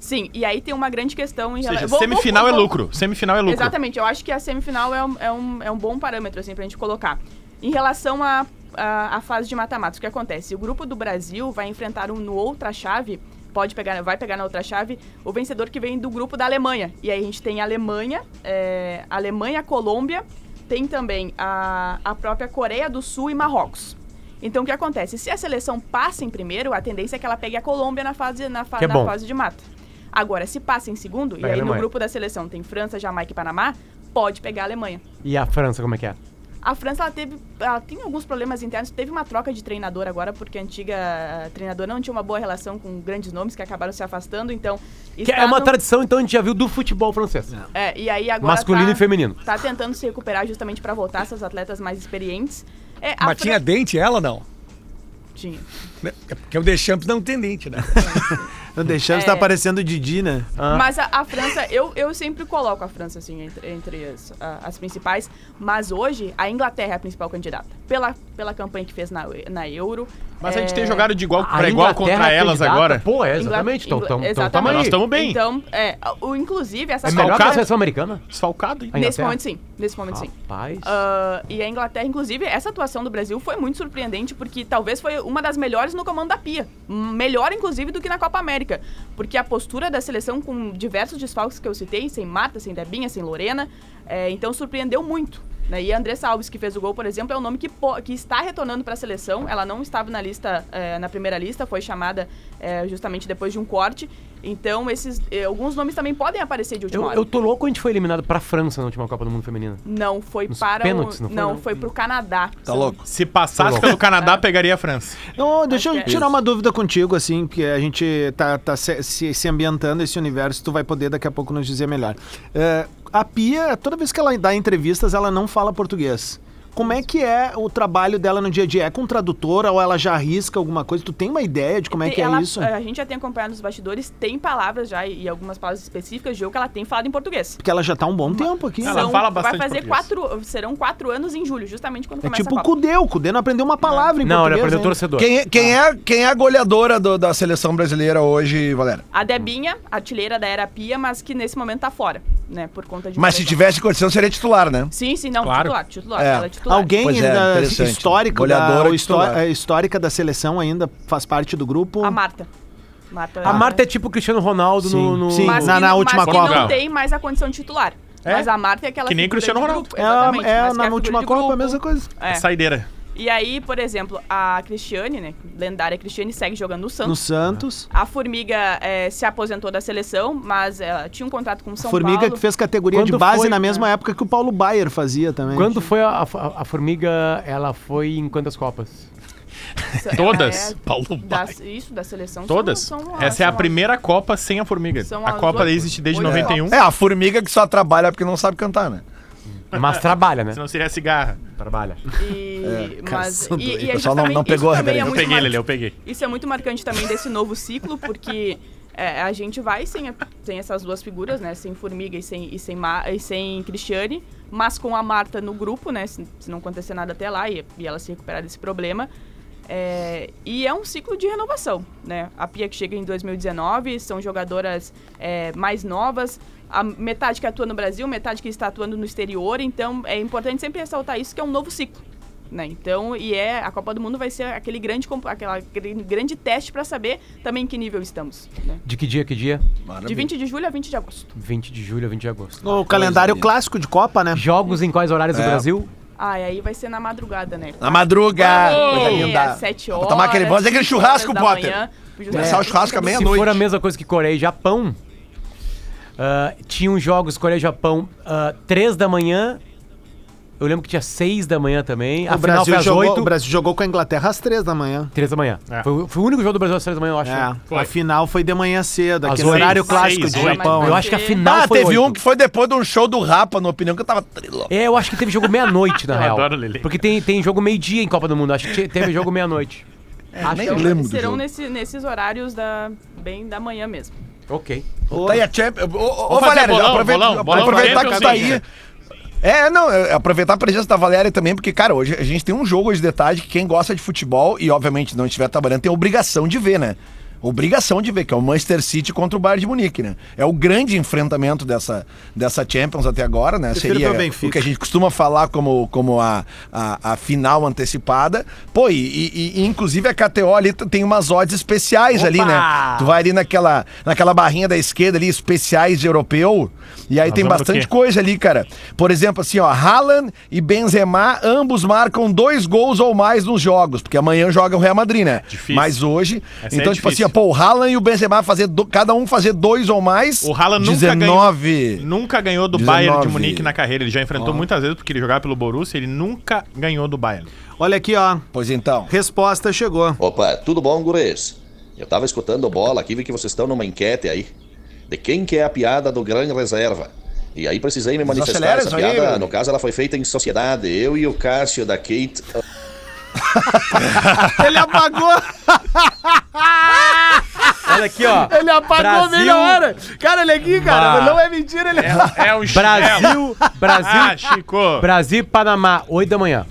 Speaker 16: Sim, e aí tem uma grande questão em
Speaker 3: Ou seja,
Speaker 16: vou- vou-
Speaker 3: semifinal é
Speaker 16: vou-
Speaker 3: lucro. Semifinal é lucro.
Speaker 16: Exatamente, eu acho que a semifinal é um, é um, é um bom parâmetro, assim, pra gente colocar. Em relação à a, a, fase de mata-matas, o que acontece? O grupo do Brasil vai enfrentar um no outra chave, pode pegar, vai pegar na outra chave, o vencedor que vem do grupo da Alemanha. E aí a gente tem a Alemanha, é, Alemanha, Colômbia, tem também a, a própria Coreia do Sul e Marrocos. Então o que acontece? Se a seleção passa em primeiro, a tendência é que ela pegue a Colômbia na fase, na, fa-
Speaker 2: Que é
Speaker 16: na
Speaker 2: bom.
Speaker 16: fase de mata. Agora, se passa em segundo, e
Speaker 2: Pega a
Speaker 16: aí no
Speaker 2: Alemanha.
Speaker 16: grupo da seleção tem França, Jamaica e Panamá, pode pegar a Alemanha.
Speaker 2: E a França, como é que é?
Speaker 16: A França, ela teve. Ela tem alguns problemas internos. Teve uma troca de treinador agora, porque a antiga eh, treinadora não tinha uma boa relação com grandes nomes que acabaram se afastando, então.
Speaker 2: Que
Speaker 16: está
Speaker 2: é uma
Speaker 16: no-
Speaker 2: tradição, então, a gente já viu do futebol francês.
Speaker 16: É, e aí agora.
Speaker 2: Masculino
Speaker 16: tá-
Speaker 2: e feminino.
Speaker 16: Tá tentando se recuperar justamente pra voltar essas atletas mais experientes. É, a
Speaker 6: Mas tinha
Speaker 16: Fran-
Speaker 6: dente ela, não?
Speaker 16: Tinha.
Speaker 6: É porque o Deschamps não tem dente, né?
Speaker 1: O Deschamps
Speaker 16: É.
Speaker 1: tá parecendo o Didi, né?
Speaker 16: Mas a, a França, eu, eu sempre coloco a França, assim, entre, entre as, a- as principais. Mas hoje, a Inglaterra é a principal candidata. Pela, pela campanha que fez na, na Euro.
Speaker 3: Mas a gente
Speaker 16: É,
Speaker 3: tem jogado de igual
Speaker 2: A
Speaker 3: pra igual
Speaker 2: Inglaterra
Speaker 3: contra
Speaker 2: é
Speaker 3: elas
Speaker 2: candidata?
Speaker 3: agora.
Speaker 2: Pô, é, exatamente. Então,
Speaker 16: Ingla-
Speaker 2: tamo- então,
Speaker 16: exatamente.
Speaker 2: tamo aí.
Speaker 3: Nós tamo bem.
Speaker 16: Então, é, o, inclusive, essa
Speaker 2: É melhor que a
Speaker 16: Copa-
Speaker 2: seleção americana?
Speaker 3: Desfalcado, hein?
Speaker 16: Nesse momento, sim. Nesse momento, sim.
Speaker 2: Rapaz.
Speaker 16: Ah, e a Inglaterra, inclusive, essa atuação do Brasil foi muito surpreendente, porque talvez foi uma das melhores no comando da Pia. Melhor, inclusive, do que na Copa América. Porque a postura da seleção, com diversos desfalques que eu citei, sem Marta, sem Debinha, sem Lorena, eh, então surpreendeu muito. né? E a Andressa Alves, que fez o gol, por exemplo, é um nome que, po- que está retornando para a é, seleção. Ela não estava na lista, eh, na primeira lista, foi chamada eh, justamente é, depois de um corte. Então, esses eh, alguns nomes também podem aparecer de última
Speaker 2: Eu,
Speaker 16: hora.
Speaker 2: eu tô louco, a gente foi eliminado pra França na última Copa do Mundo Feminina.
Speaker 16: Não, foi
Speaker 2: Nos
Speaker 16: para
Speaker 2: pênaltis,
Speaker 16: o...
Speaker 2: não foi, não? Hum.
Speaker 16: foi pro Canadá.
Speaker 5: tá
Speaker 3: Se passasse
Speaker 2: louco.
Speaker 3: pelo
Speaker 16: É.
Speaker 3: Canadá, pegaria a França.
Speaker 1: Ô, deixa eu
Speaker 16: Ok.
Speaker 1: tirar uma dúvida contigo, assim, porque a gente tá, tá se, se- se ambientando esse universo, tu vai poder daqui a pouco nos dizer melhor. É, a Pia, toda vez que ela dá entrevistas, ela não fala português. Como é que é o trabalho dela no dia a dia? É com tradutora ou ela já arrisca alguma coisa? Tu tem uma ideia de como é que
Speaker 16: Ela- eh,
Speaker 1: é isso?
Speaker 16: A gente já tem acompanhado nos bastidores, tem palavras já e e algumas palavras específicas de jogo que ela tem falado em português.
Speaker 1: Porque ela já tá há um bom tempo aqui.
Speaker 16: São- Vai fazer quatro, serão quatro anos em julho, justamente quando
Speaker 1: É
Speaker 16: começa
Speaker 1: tipo
Speaker 16: a
Speaker 1: o
Speaker 16: Copa.
Speaker 1: Cudê, o Cudê não aprendeu uma palavra em
Speaker 2: Não, ele
Speaker 1: português.
Speaker 2: aprendeu
Speaker 1: né?
Speaker 2: torcedor.
Speaker 5: Quem, é-
Speaker 2: Ah.
Speaker 5: quem, é, quem é a goleadora do- da seleção brasileira hoje, Valéria?
Speaker 16: A Debinha, artilheira da Era Pia, mas que nesse momento tá fora, né? Por conta de.
Speaker 5: Mas se tivesse condição, seria titular, né?
Speaker 16: Sim, sim, não,
Speaker 5: Claro.
Speaker 16: titular, titular.
Speaker 5: É.
Speaker 16: Ela é titular.
Speaker 1: Alguém
Speaker 5: Pois é,
Speaker 1: ainda
Speaker 5: interessante.
Speaker 1: histórico da,
Speaker 5: Goleadora
Speaker 1: ou histó-
Speaker 5: titular.
Speaker 1: é, histórica da seleção ainda faz parte do grupo?
Speaker 16: A Marta. Marta
Speaker 2: A Marta é tipo o Cristiano Ronaldo
Speaker 1: Ah. Sim.
Speaker 2: no. no-
Speaker 1: Sim.
Speaker 16: Mas
Speaker 1: na-
Speaker 16: que-
Speaker 1: na
Speaker 16: mas
Speaker 1: última
Speaker 16: que
Speaker 1: Copa.
Speaker 16: não tem mais a condição de titular.
Speaker 3: É.
Speaker 16: Mas a Marta é aquela
Speaker 3: Que nem
Speaker 16: figura
Speaker 3: Cristiano
Speaker 16: de
Speaker 3: Ronaldo.
Speaker 16: grupo,
Speaker 1: É,
Speaker 16: exatamente,
Speaker 1: é,
Speaker 16: mas que
Speaker 1: na
Speaker 16: figura
Speaker 1: última
Speaker 16: de
Speaker 1: Copa
Speaker 16: grupo.
Speaker 1: a mesma coisa.
Speaker 16: É.
Speaker 3: Saideira.
Speaker 16: E aí, por exemplo, a Cristiane, né? Lendária Cristiane, segue jogando no Santos.
Speaker 1: No Santos.
Speaker 16: A Formiga eh, se aposentou da seleção, mas ela tinha um contrato com o São
Speaker 1: Formiga
Speaker 16: Paulo.
Speaker 1: que fez categoria de
Speaker 2: Quando
Speaker 1: base
Speaker 2: foi,
Speaker 1: na mesma época que o Paulo Baier fazia também.
Speaker 2: Quando foi a, a- a Formiga, ela foi em quantas Copas?
Speaker 16: Ela
Speaker 3: Todas?
Speaker 16: é
Speaker 3: Paulo
Speaker 16: da- Isso, da seleção. são-
Speaker 3: Todas?
Speaker 16: são-
Speaker 3: Essa é a
Speaker 16: são-
Speaker 3: primeira Copa sem a Formiga.
Speaker 16: São
Speaker 3: A
Speaker 16: as
Speaker 3: Copa
Speaker 16: oito-
Speaker 3: existe desde
Speaker 16: oito
Speaker 3: 91.
Speaker 5: É, a formiga que só trabalha porque não sabe cantar, né?
Speaker 2: Mas trabalha, né?
Speaker 3: Senão seria cigarra.
Speaker 2: Trabalha.
Speaker 16: E, mas,
Speaker 5: caçando
Speaker 16: e,
Speaker 5: ele.
Speaker 16: e é
Speaker 5: O pessoal não-
Speaker 16: justamente-
Speaker 5: não pegou
Speaker 16: isso também
Speaker 5: a
Speaker 16: é
Speaker 5: referência.
Speaker 3: Eu
Speaker 16: muito
Speaker 3: peguei,
Speaker 16: mar-
Speaker 3: Lele, eu peguei.
Speaker 16: Isso é muito marcante também desse novo ciclo, porque é, a gente vai sem, a- sem essas duas figuras, né? Sem Formiga e sem, e, sem Ma- e sem Cristiane, mas com a Marta no grupo, né? Se, se não acontecer nada até lá e, e ela se recuperar desse problema. É, e é um ciclo de renovação, né? A Pia que chega em 2019, são jogadoras é, mais novas, a metade que atua no Brasil, metade que está atuando no exterior, então é importante sempre ressaltar isso, que é um novo ciclo né? Então, e é a Copa do Mundo vai ser aquele grande comp- aquela gr- grande teste para saber também em que nível estamos, né?
Speaker 2: De que dia, que dia?
Speaker 16: De 20 de julho a 20 de agosto.
Speaker 2: 20 de julho a 20 de agosto.
Speaker 1: O calendário clássico de Copa, né?
Speaker 2: Jogos em quais horários do
Speaker 5: É.
Speaker 2: Brasil?
Speaker 16: Ah, e aí vai ser na madrugada, né?
Speaker 5: Na madruga! Ah, Coisa
Speaker 16: É,
Speaker 5: linda.
Speaker 16: às 7
Speaker 5: Vou
Speaker 16: horas.
Speaker 5: tomar aquele- vamos fazer aquele
Speaker 16: cinco
Speaker 5: churrasco,
Speaker 16: horas da
Speaker 5: Potter.
Speaker 16: manhã, justamente-
Speaker 5: Começar o churrasco à
Speaker 2: Se
Speaker 5: meia-noite.
Speaker 2: for a mesma coisa que Coreia e Japão, ah, tinham jogos Coreia e Japão ah, três da manhã. Eu lembro que tinha seis da manhã também.
Speaker 1: O
Speaker 2: a final foi
Speaker 1: Brasil,
Speaker 2: às
Speaker 1: jogou,
Speaker 2: oito.
Speaker 1: o Brasil jogou com a Inglaterra às três da manhã.
Speaker 2: Três da manhã.
Speaker 3: É.
Speaker 2: Foi, o- foi o único jogo do Brasil às três da manhã, eu acho.
Speaker 1: É, a final foi de manhã cedo, aquele
Speaker 2: oito.
Speaker 1: horário
Speaker 3: Seis,
Speaker 1: clássico
Speaker 3: seis,
Speaker 1: de
Speaker 3: oito.
Speaker 1: Japão. né?
Speaker 2: Eu acho que a final
Speaker 5: Ah,
Speaker 2: foi
Speaker 5: teve
Speaker 2: oito.
Speaker 5: um que foi depois de um show do Rapa, na opinião, que eu tava trilão.
Speaker 2: É, eu acho que teve jogo meia-noite, na
Speaker 3: Eu
Speaker 2: real.
Speaker 3: adoro Lele.
Speaker 2: Porque tem, tem jogo meio-dia em Copa do Mundo. Acho que te- teve jogo meia-noite. acho
Speaker 5: nem
Speaker 2: que-
Speaker 5: lembro. do
Speaker 16: serão
Speaker 5: jogo.
Speaker 16: nesse- nesses horários da bem da manhã mesmo.
Speaker 2: Ok.
Speaker 5: Tá aí a Champions. Ô, ô, ô,
Speaker 3: Vamos fazer
Speaker 5: Valéria,
Speaker 3: bolão,
Speaker 5: aproveita,
Speaker 3: bolão, bolão
Speaker 5: aproveitar
Speaker 3: Champions
Speaker 5: que tá aí.
Speaker 3: League,
Speaker 5: É, não, é, aproveitar a presença da Valéria também, porque, cara, hoje a gente tem um jogo hoje de tarde que quem gosta de futebol e, obviamente, não estiver trabalhando, tem obrigação de ver, né? Obrigação de ver, que é o Manchester City contra o Bayern de Munique, né? É o grande enfrentamento dessa, dessa Champions até agora, né?
Speaker 1: Prefiro
Speaker 5: Seria
Speaker 1: ver o
Speaker 5: o
Speaker 1: Benfica.
Speaker 5: que a gente costuma falar como, como a, a, a final antecipada. Pô, e, e- e, inclusive a KTO ali t- tem umas odds especiais ali, né?
Speaker 2: Opa!
Speaker 5: Tu vai ali naquela, naquela barrinha da esquerda ali, especiais de europeu, e aí
Speaker 3: Nós
Speaker 5: tem
Speaker 3: vamos no
Speaker 5: bastante
Speaker 3: Tá quê?
Speaker 5: coisa ali, cara. Por exemplo, assim, ó, Haaland e Benzema, ambos marcam dois gols ou mais nos jogos, porque amanhã joga o Real Madrid, né?
Speaker 3: Difícil.
Speaker 5: Mas hoje,
Speaker 3: Essa
Speaker 5: então
Speaker 3: é
Speaker 5: tipo assim,
Speaker 3: difícil.
Speaker 5: ó, pô, o Haaland e o Benzema fazer do- cada um fazer dois ou mais.
Speaker 3: O Haaland nunca
Speaker 5: 19.
Speaker 3: ganhou. Nunca ganhou do Bayern de
Speaker 5: 19.
Speaker 3: Munique na carreira. Ele já enfrentou muitas vezes porque ele jogava pelo Borussia, ele nunca ganhou do Bayern.
Speaker 1: Olha aqui, ó.
Speaker 5: Pois então.
Speaker 1: Resposta chegou.
Speaker 17: Opa, tudo bom, gurês? Eu tava escutando bola aqui, vi que vocês estão numa enquete aí. De quem que é a piada do Gran Reserva? E aí precisei me manifestar.
Speaker 5: Desacelera
Speaker 17: Essa
Speaker 5: isso aí,
Speaker 17: piada,
Speaker 5: meu.
Speaker 17: no caso, ela foi feita em sociedade. Eu e o Cássio da Kate.
Speaker 1: Ele apagou,
Speaker 2: Olha aqui, ó.
Speaker 1: ele apagou
Speaker 2: Brasil-
Speaker 1: meia hora. Cara, ele aqui, cara,
Speaker 2: Bah.
Speaker 1: não é mentira, ele
Speaker 3: É, é o
Speaker 2: Brasil,
Speaker 3: Ah,
Speaker 2: Brasil,
Speaker 3: Chico.
Speaker 2: Brasil e Panamá, 8 da manhã.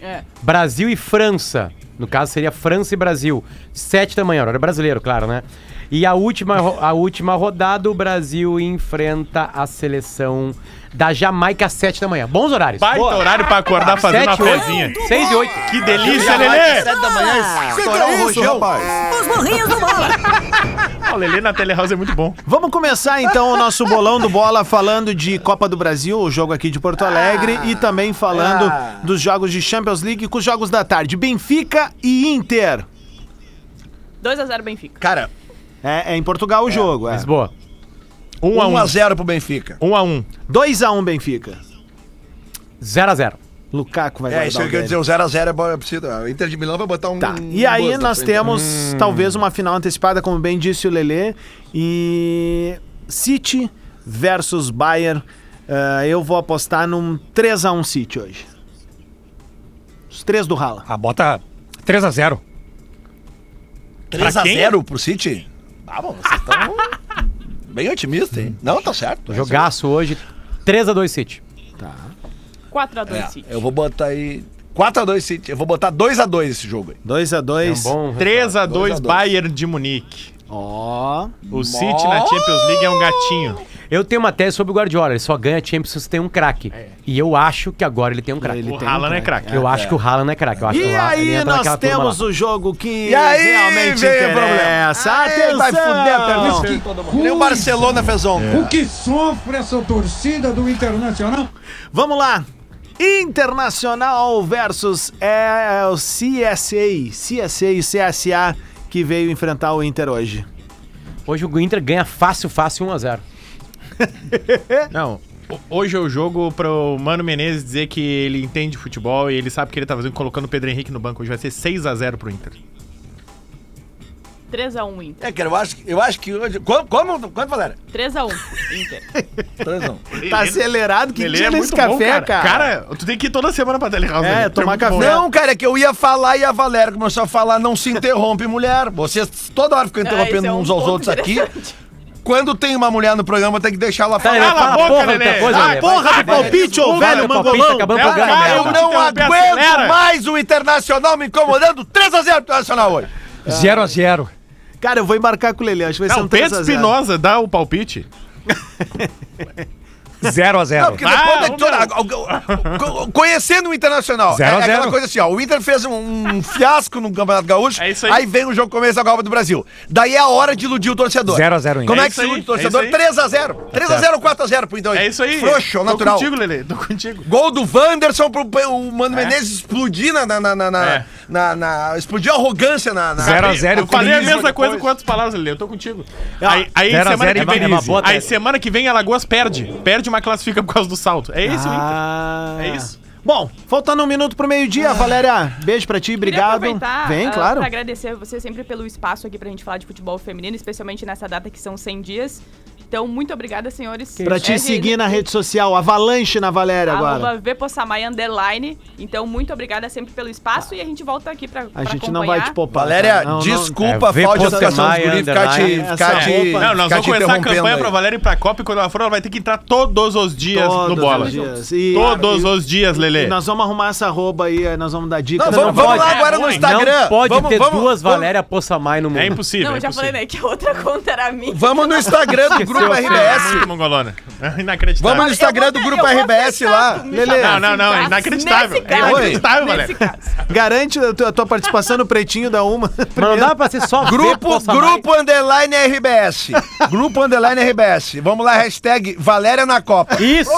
Speaker 16: É.
Speaker 2: Brasil e França. No caso, seria França e Brasil. 7 da manhã, horário brasileiro, claro, né? E a última, ro- a última rodada, o Brasil enfrenta a seleção da Jamaica às 7 da manhã. Bons horários.
Speaker 3: Baita horário pra acordar fazendo uma
Speaker 2: Sete, oito.
Speaker 3: fezinha.
Speaker 2: 6 e 8.
Speaker 3: Que delícia, Lelê!
Speaker 5: da manhã, estourar o rojão.
Speaker 12: Os burrinhos do bola.
Speaker 3: Ah, O Lelê na Telehouse é muito bom.
Speaker 1: Vamos começar então o nosso bolão do bola falando de Copa do Brasil, o jogo aqui de Porto Alegre,
Speaker 5: Ah.
Speaker 1: e também falando dos jogos de Champions League com os jogos da tarde, Benfica e Inter.
Speaker 16: 2 a 0 Benfica.
Speaker 5: Cara,
Speaker 1: É, é em Portugal o jogo, é.
Speaker 2: Lisboa.
Speaker 1: 1 a 1.
Speaker 5: 1 a 0 pro Benfica.
Speaker 3: 1 a 1.
Speaker 1: 2 a 1 Benfica.
Speaker 2: 0 a 0.
Speaker 1: Lukaku vai
Speaker 5: É, isso
Speaker 1: guardar
Speaker 5: aí
Speaker 1: o
Speaker 5: que eu ia
Speaker 1: dele.
Speaker 5: dizer, o 0x0 é bom. precisa- O Inter de Milão vai botar um.
Speaker 1: Tá.
Speaker 5: um
Speaker 1: E aí
Speaker 5: buzz na
Speaker 1: nós
Speaker 5: frente. Hum.
Speaker 1: temos talvez uma final antecipada, como bem disse o Lelê, e City versus Bayern. Ah, eu vou apostar num 3 a 1 City hoje. Os três do Rala.
Speaker 6: Ah, bota 3x0.
Speaker 5: 3
Speaker 6: Pra
Speaker 5: a
Speaker 6: quem?
Speaker 5: 0 pro City? Ah, bom, vocês estão bem otimistas, hein? Não, tá certo.
Speaker 2: Jogaço hoje. 3 a 2 City.
Speaker 16: 4x2
Speaker 5: É,
Speaker 16: City.
Speaker 5: eu vou botar aí 4 a 2 City. Eu vou botar 2 a 2 esse jogo aí.
Speaker 1: 2 a 2
Speaker 3: 3 a 2
Speaker 5: 2 a 2.
Speaker 3: Bayern de Munique.
Speaker 1: Ó.
Speaker 3: O City na Champions League é um gatinho.
Speaker 2: Eu tenho uma tese sobre o Guardiola. Ele só ganha Champions se tem um craque. E eu acho que agora ele tem um craque.
Speaker 1: Ele
Speaker 3: O Haaland é craque.
Speaker 2: Eu acho que o Haaland é craque. Eu acho que
Speaker 1: E
Speaker 2: o Haaland- ele
Speaker 1: aí
Speaker 2: entra
Speaker 1: nós
Speaker 2: naquela turma
Speaker 1: temos
Speaker 2: lá.
Speaker 1: o jogo que
Speaker 5: E aí
Speaker 1: realmente
Speaker 5: veio o problema.
Speaker 1: interessa.
Speaker 5: Aí
Speaker 1: Atenção!
Speaker 5: vai fuder a pergunta. Nem o Barcelona fez ontem.
Speaker 7: É.
Speaker 8: O que sofre essa torcida do Internacional?
Speaker 1: Vamos lá. Internacional versus é, o CSA. CSA e CSA que veio enfrentar o Inter hoje.
Speaker 2: Hoje o Inter ganha fácil, fácil 1x0.
Speaker 3: Não. o- Hoje eu jogo pro Mano Menezes dizer que ele entende futebol e ele sabe o que ele tá fazendo colocando o Pedro Henrique no banco. Hoje vai ser 6 a 0 pro Inter.
Speaker 16: 3x1 Inter.
Speaker 5: É, cara, eu acho, que- eu acho que hoje. Como? como quanto, Valéria?
Speaker 16: 3x1 Inter.
Speaker 5: 3 a 1.
Speaker 1: Tá acelerado que
Speaker 3: Ele
Speaker 1: tira esse café, é cara.
Speaker 3: Cara, tu tem que ir toda semana pra Tele House,
Speaker 1: É,
Speaker 3: né? Tu
Speaker 1: tomar
Speaker 3: muito
Speaker 1: café.
Speaker 3: bom, né?
Speaker 5: Não, cara, é que eu ia falar e a Valéria começou a falar, não se interrompe, mulher. Vocês toda hora ficam
Speaker 16: É,
Speaker 5: interrompendo
Speaker 16: esse é um
Speaker 5: uns aos
Speaker 16: ponto
Speaker 5: outros aqui.
Speaker 16: interessante.
Speaker 5: Quando tem uma mulher no programa, tem que deixar ela falar.
Speaker 2: Lelê,
Speaker 3: Cala a
Speaker 2: fala
Speaker 3: boca,
Speaker 2: porra,
Speaker 3: Lelê.
Speaker 2: outra coisa,
Speaker 3: Ah,
Speaker 2: Lelê.
Speaker 1: porra,
Speaker 2: Vai,
Speaker 1: de
Speaker 2: vai, vai.
Speaker 1: palpite, ô
Speaker 2: Vai,
Speaker 1: velho
Speaker 2: palpite,
Speaker 1: mangolão.
Speaker 2: Acabando
Speaker 3: É
Speaker 2: o
Speaker 3: o
Speaker 2: programa,
Speaker 3: cara,
Speaker 2: merda.
Speaker 5: Eu não
Speaker 3: Interrompe,
Speaker 5: aguento
Speaker 3: acelera.
Speaker 5: mais o Internacional me incomodando. 3x0 Internacional hoje.
Speaker 6: 0x0.
Speaker 1: Cara, eu vou embarcar com o Lelê, acho que vai ser
Speaker 3: Não,
Speaker 1: um
Speaker 3: Pedro
Speaker 1: 3 a 0.
Speaker 3: Espinosa dá o palpite.
Speaker 6: 0x0.
Speaker 5: Não, porque depois
Speaker 3: Ah,
Speaker 5: da toda- co- co- Conhecendo o Internacional.
Speaker 6: Zero
Speaker 5: é,
Speaker 6: a
Speaker 5: é aquela
Speaker 6: zero.
Speaker 5: coisa assim, ó. O Inter fez um, um fiasco no Campeonato Gaúcho.
Speaker 3: É isso aí.
Speaker 5: aí. vem o jogo começa a Copa do Brasil. Daí é a hora de iludir o torcedor.
Speaker 6: Zero a zero, Inter.
Speaker 5: Como é,
Speaker 3: É
Speaker 5: que
Speaker 3: isso
Speaker 5: se
Speaker 3: aí,
Speaker 5: ilude o
Speaker 3: é
Speaker 5: torcedor?
Speaker 3: isso aí. Tá
Speaker 5: 3x0. 3x0 ou 4x0 pro Inter.
Speaker 3: É isso aí.
Speaker 5: Frouxo,
Speaker 3: Tô
Speaker 5: natural.
Speaker 3: contigo, Lelê. Tô contigo.
Speaker 5: Gol do Wanderson pro, pro o Mano Menezes explodir na. na, na, na, na,
Speaker 3: É.
Speaker 5: na- na- explodir a arrogância na. na-
Speaker 6: Zero a zero,
Speaker 3: Eu falei a
Speaker 6: Corinthians
Speaker 3: mesma coisa
Speaker 5: depois.
Speaker 3: com outras palavras, Lelê. Eu tô contigo. Aí, aí
Speaker 6: zero a
Speaker 3: semana
Speaker 6: zero
Speaker 3: que
Speaker 6: é uma-
Speaker 3: vem.
Speaker 6: é uma boa
Speaker 3: aí
Speaker 6: tese.
Speaker 3: semana que vem Alagoas perde. Perde, mas classifica por causa do salto. É esse
Speaker 1: Ah.
Speaker 3: o Inter. É isso.
Speaker 1: Bom, faltando um minuto pro meio-dia, Valéria, beijo pra ti,
Speaker 16: Queria
Speaker 1: obrigado.
Speaker 16: aproveitar,
Speaker 1: Vem,
Speaker 16: ah,
Speaker 1: claro.
Speaker 16: Pra agradecer a você sempre pelo espaço aqui pra gente falar de futebol feminino, especialmente nessa data que são 100 dias. Então, muito obrigada, senhores.
Speaker 1: Pra te seguir na rede social, Avalanche na Valéria agora.
Speaker 16: É, Arroba Vpossamay Underline. Então, muito obrigada sempre pelo espaço e a gente volta aqui pra,
Speaker 1: A
Speaker 16: pra
Speaker 1: gente não vai te
Speaker 16: acompanhar.
Speaker 1: poupar.
Speaker 5: Valéria,
Speaker 1: cara. Não, não-
Speaker 5: desculpa a
Speaker 2: É, vê
Speaker 5: falta
Speaker 2: Potemkin,
Speaker 5: de educação dos guris ficar te,
Speaker 2: underline.
Speaker 5: ficar
Speaker 1: Essa
Speaker 5: te,
Speaker 1: roupa.
Speaker 3: Não, nós
Speaker 5: ficar
Speaker 3: vamos
Speaker 5: te
Speaker 3: começar a
Speaker 5: interrompendo
Speaker 3: campanha
Speaker 5: aí.
Speaker 3: pra Valéria ir pra Copa e quando ela for, ela vai ter que entrar todos os dias no
Speaker 1: Todos
Speaker 3: bola.
Speaker 1: os dias. E-
Speaker 3: todos os dias,
Speaker 1: E
Speaker 3: Lelê.
Speaker 1: nós vamos arrumar essa arroba aí, aí nós vamos dar dicas.
Speaker 5: Não,
Speaker 1: nós
Speaker 5: vamos,
Speaker 1: vamos
Speaker 5: vamos lá
Speaker 3: pode-
Speaker 5: agora no
Speaker 3: é,
Speaker 5: Instagram.
Speaker 2: Não pode
Speaker 5: vamos,
Speaker 2: ter
Speaker 5: vamos-
Speaker 2: duas
Speaker 5: vamos-
Speaker 2: Valéria Poçamai no mundo.
Speaker 3: É impossível.
Speaker 16: Não,
Speaker 3: é
Speaker 16: eu já
Speaker 3: impossível.
Speaker 16: falei, né, que a outra conta era minha.
Speaker 5: Vamos no Instagram do Grupo RBS.
Speaker 3: Muito mongolona. É Inacreditável.
Speaker 5: Vamos no Instagram do
Speaker 16: Eu vou-
Speaker 5: Grupo
Speaker 16: eu vou
Speaker 5: RBS
Speaker 16: tentar
Speaker 5: lá.
Speaker 16: tu me
Speaker 1: Lelê.
Speaker 16: chamar
Speaker 3: Não, não, não,
Speaker 16: assim,
Speaker 3: é inacreditável.
Speaker 16: Nesse caso,
Speaker 3: É inacreditável,
Speaker 16: nesse
Speaker 3: Valéria.
Speaker 16: caso.
Speaker 1: Garante a tua, a tua participação no Pretinho da Uma.
Speaker 2: Mas não dá pra ser só
Speaker 5: Grupo,
Speaker 2: Poçamai.
Speaker 5: grupo Underline RBS. grupo Underline RBS. Vamos lá, hashtag Valéria na Copa.
Speaker 2: Isso!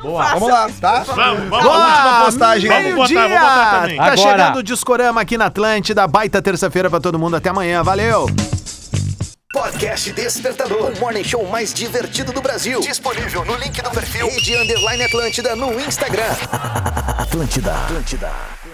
Speaker 2: Boa.
Speaker 5: Vamos lá, tá?
Speaker 3: Vamos,
Speaker 5: A
Speaker 3: vamos.
Speaker 5: última postagem.
Speaker 3: Vamos botar,
Speaker 1: Meio-dia!
Speaker 3: vou botar também.
Speaker 1: Tá
Speaker 2: Agora.
Speaker 1: chegando o Discorama aqui na Atlântida. Baita terça-feira pra todo mundo. Até amanhã. Valeu!
Speaker 10: Podcast Despertador, o morning show mais divertido do Brasil. Disponível no link do perfil Rede Underline Atlântida no Instagram. Atlântida. Atlântida.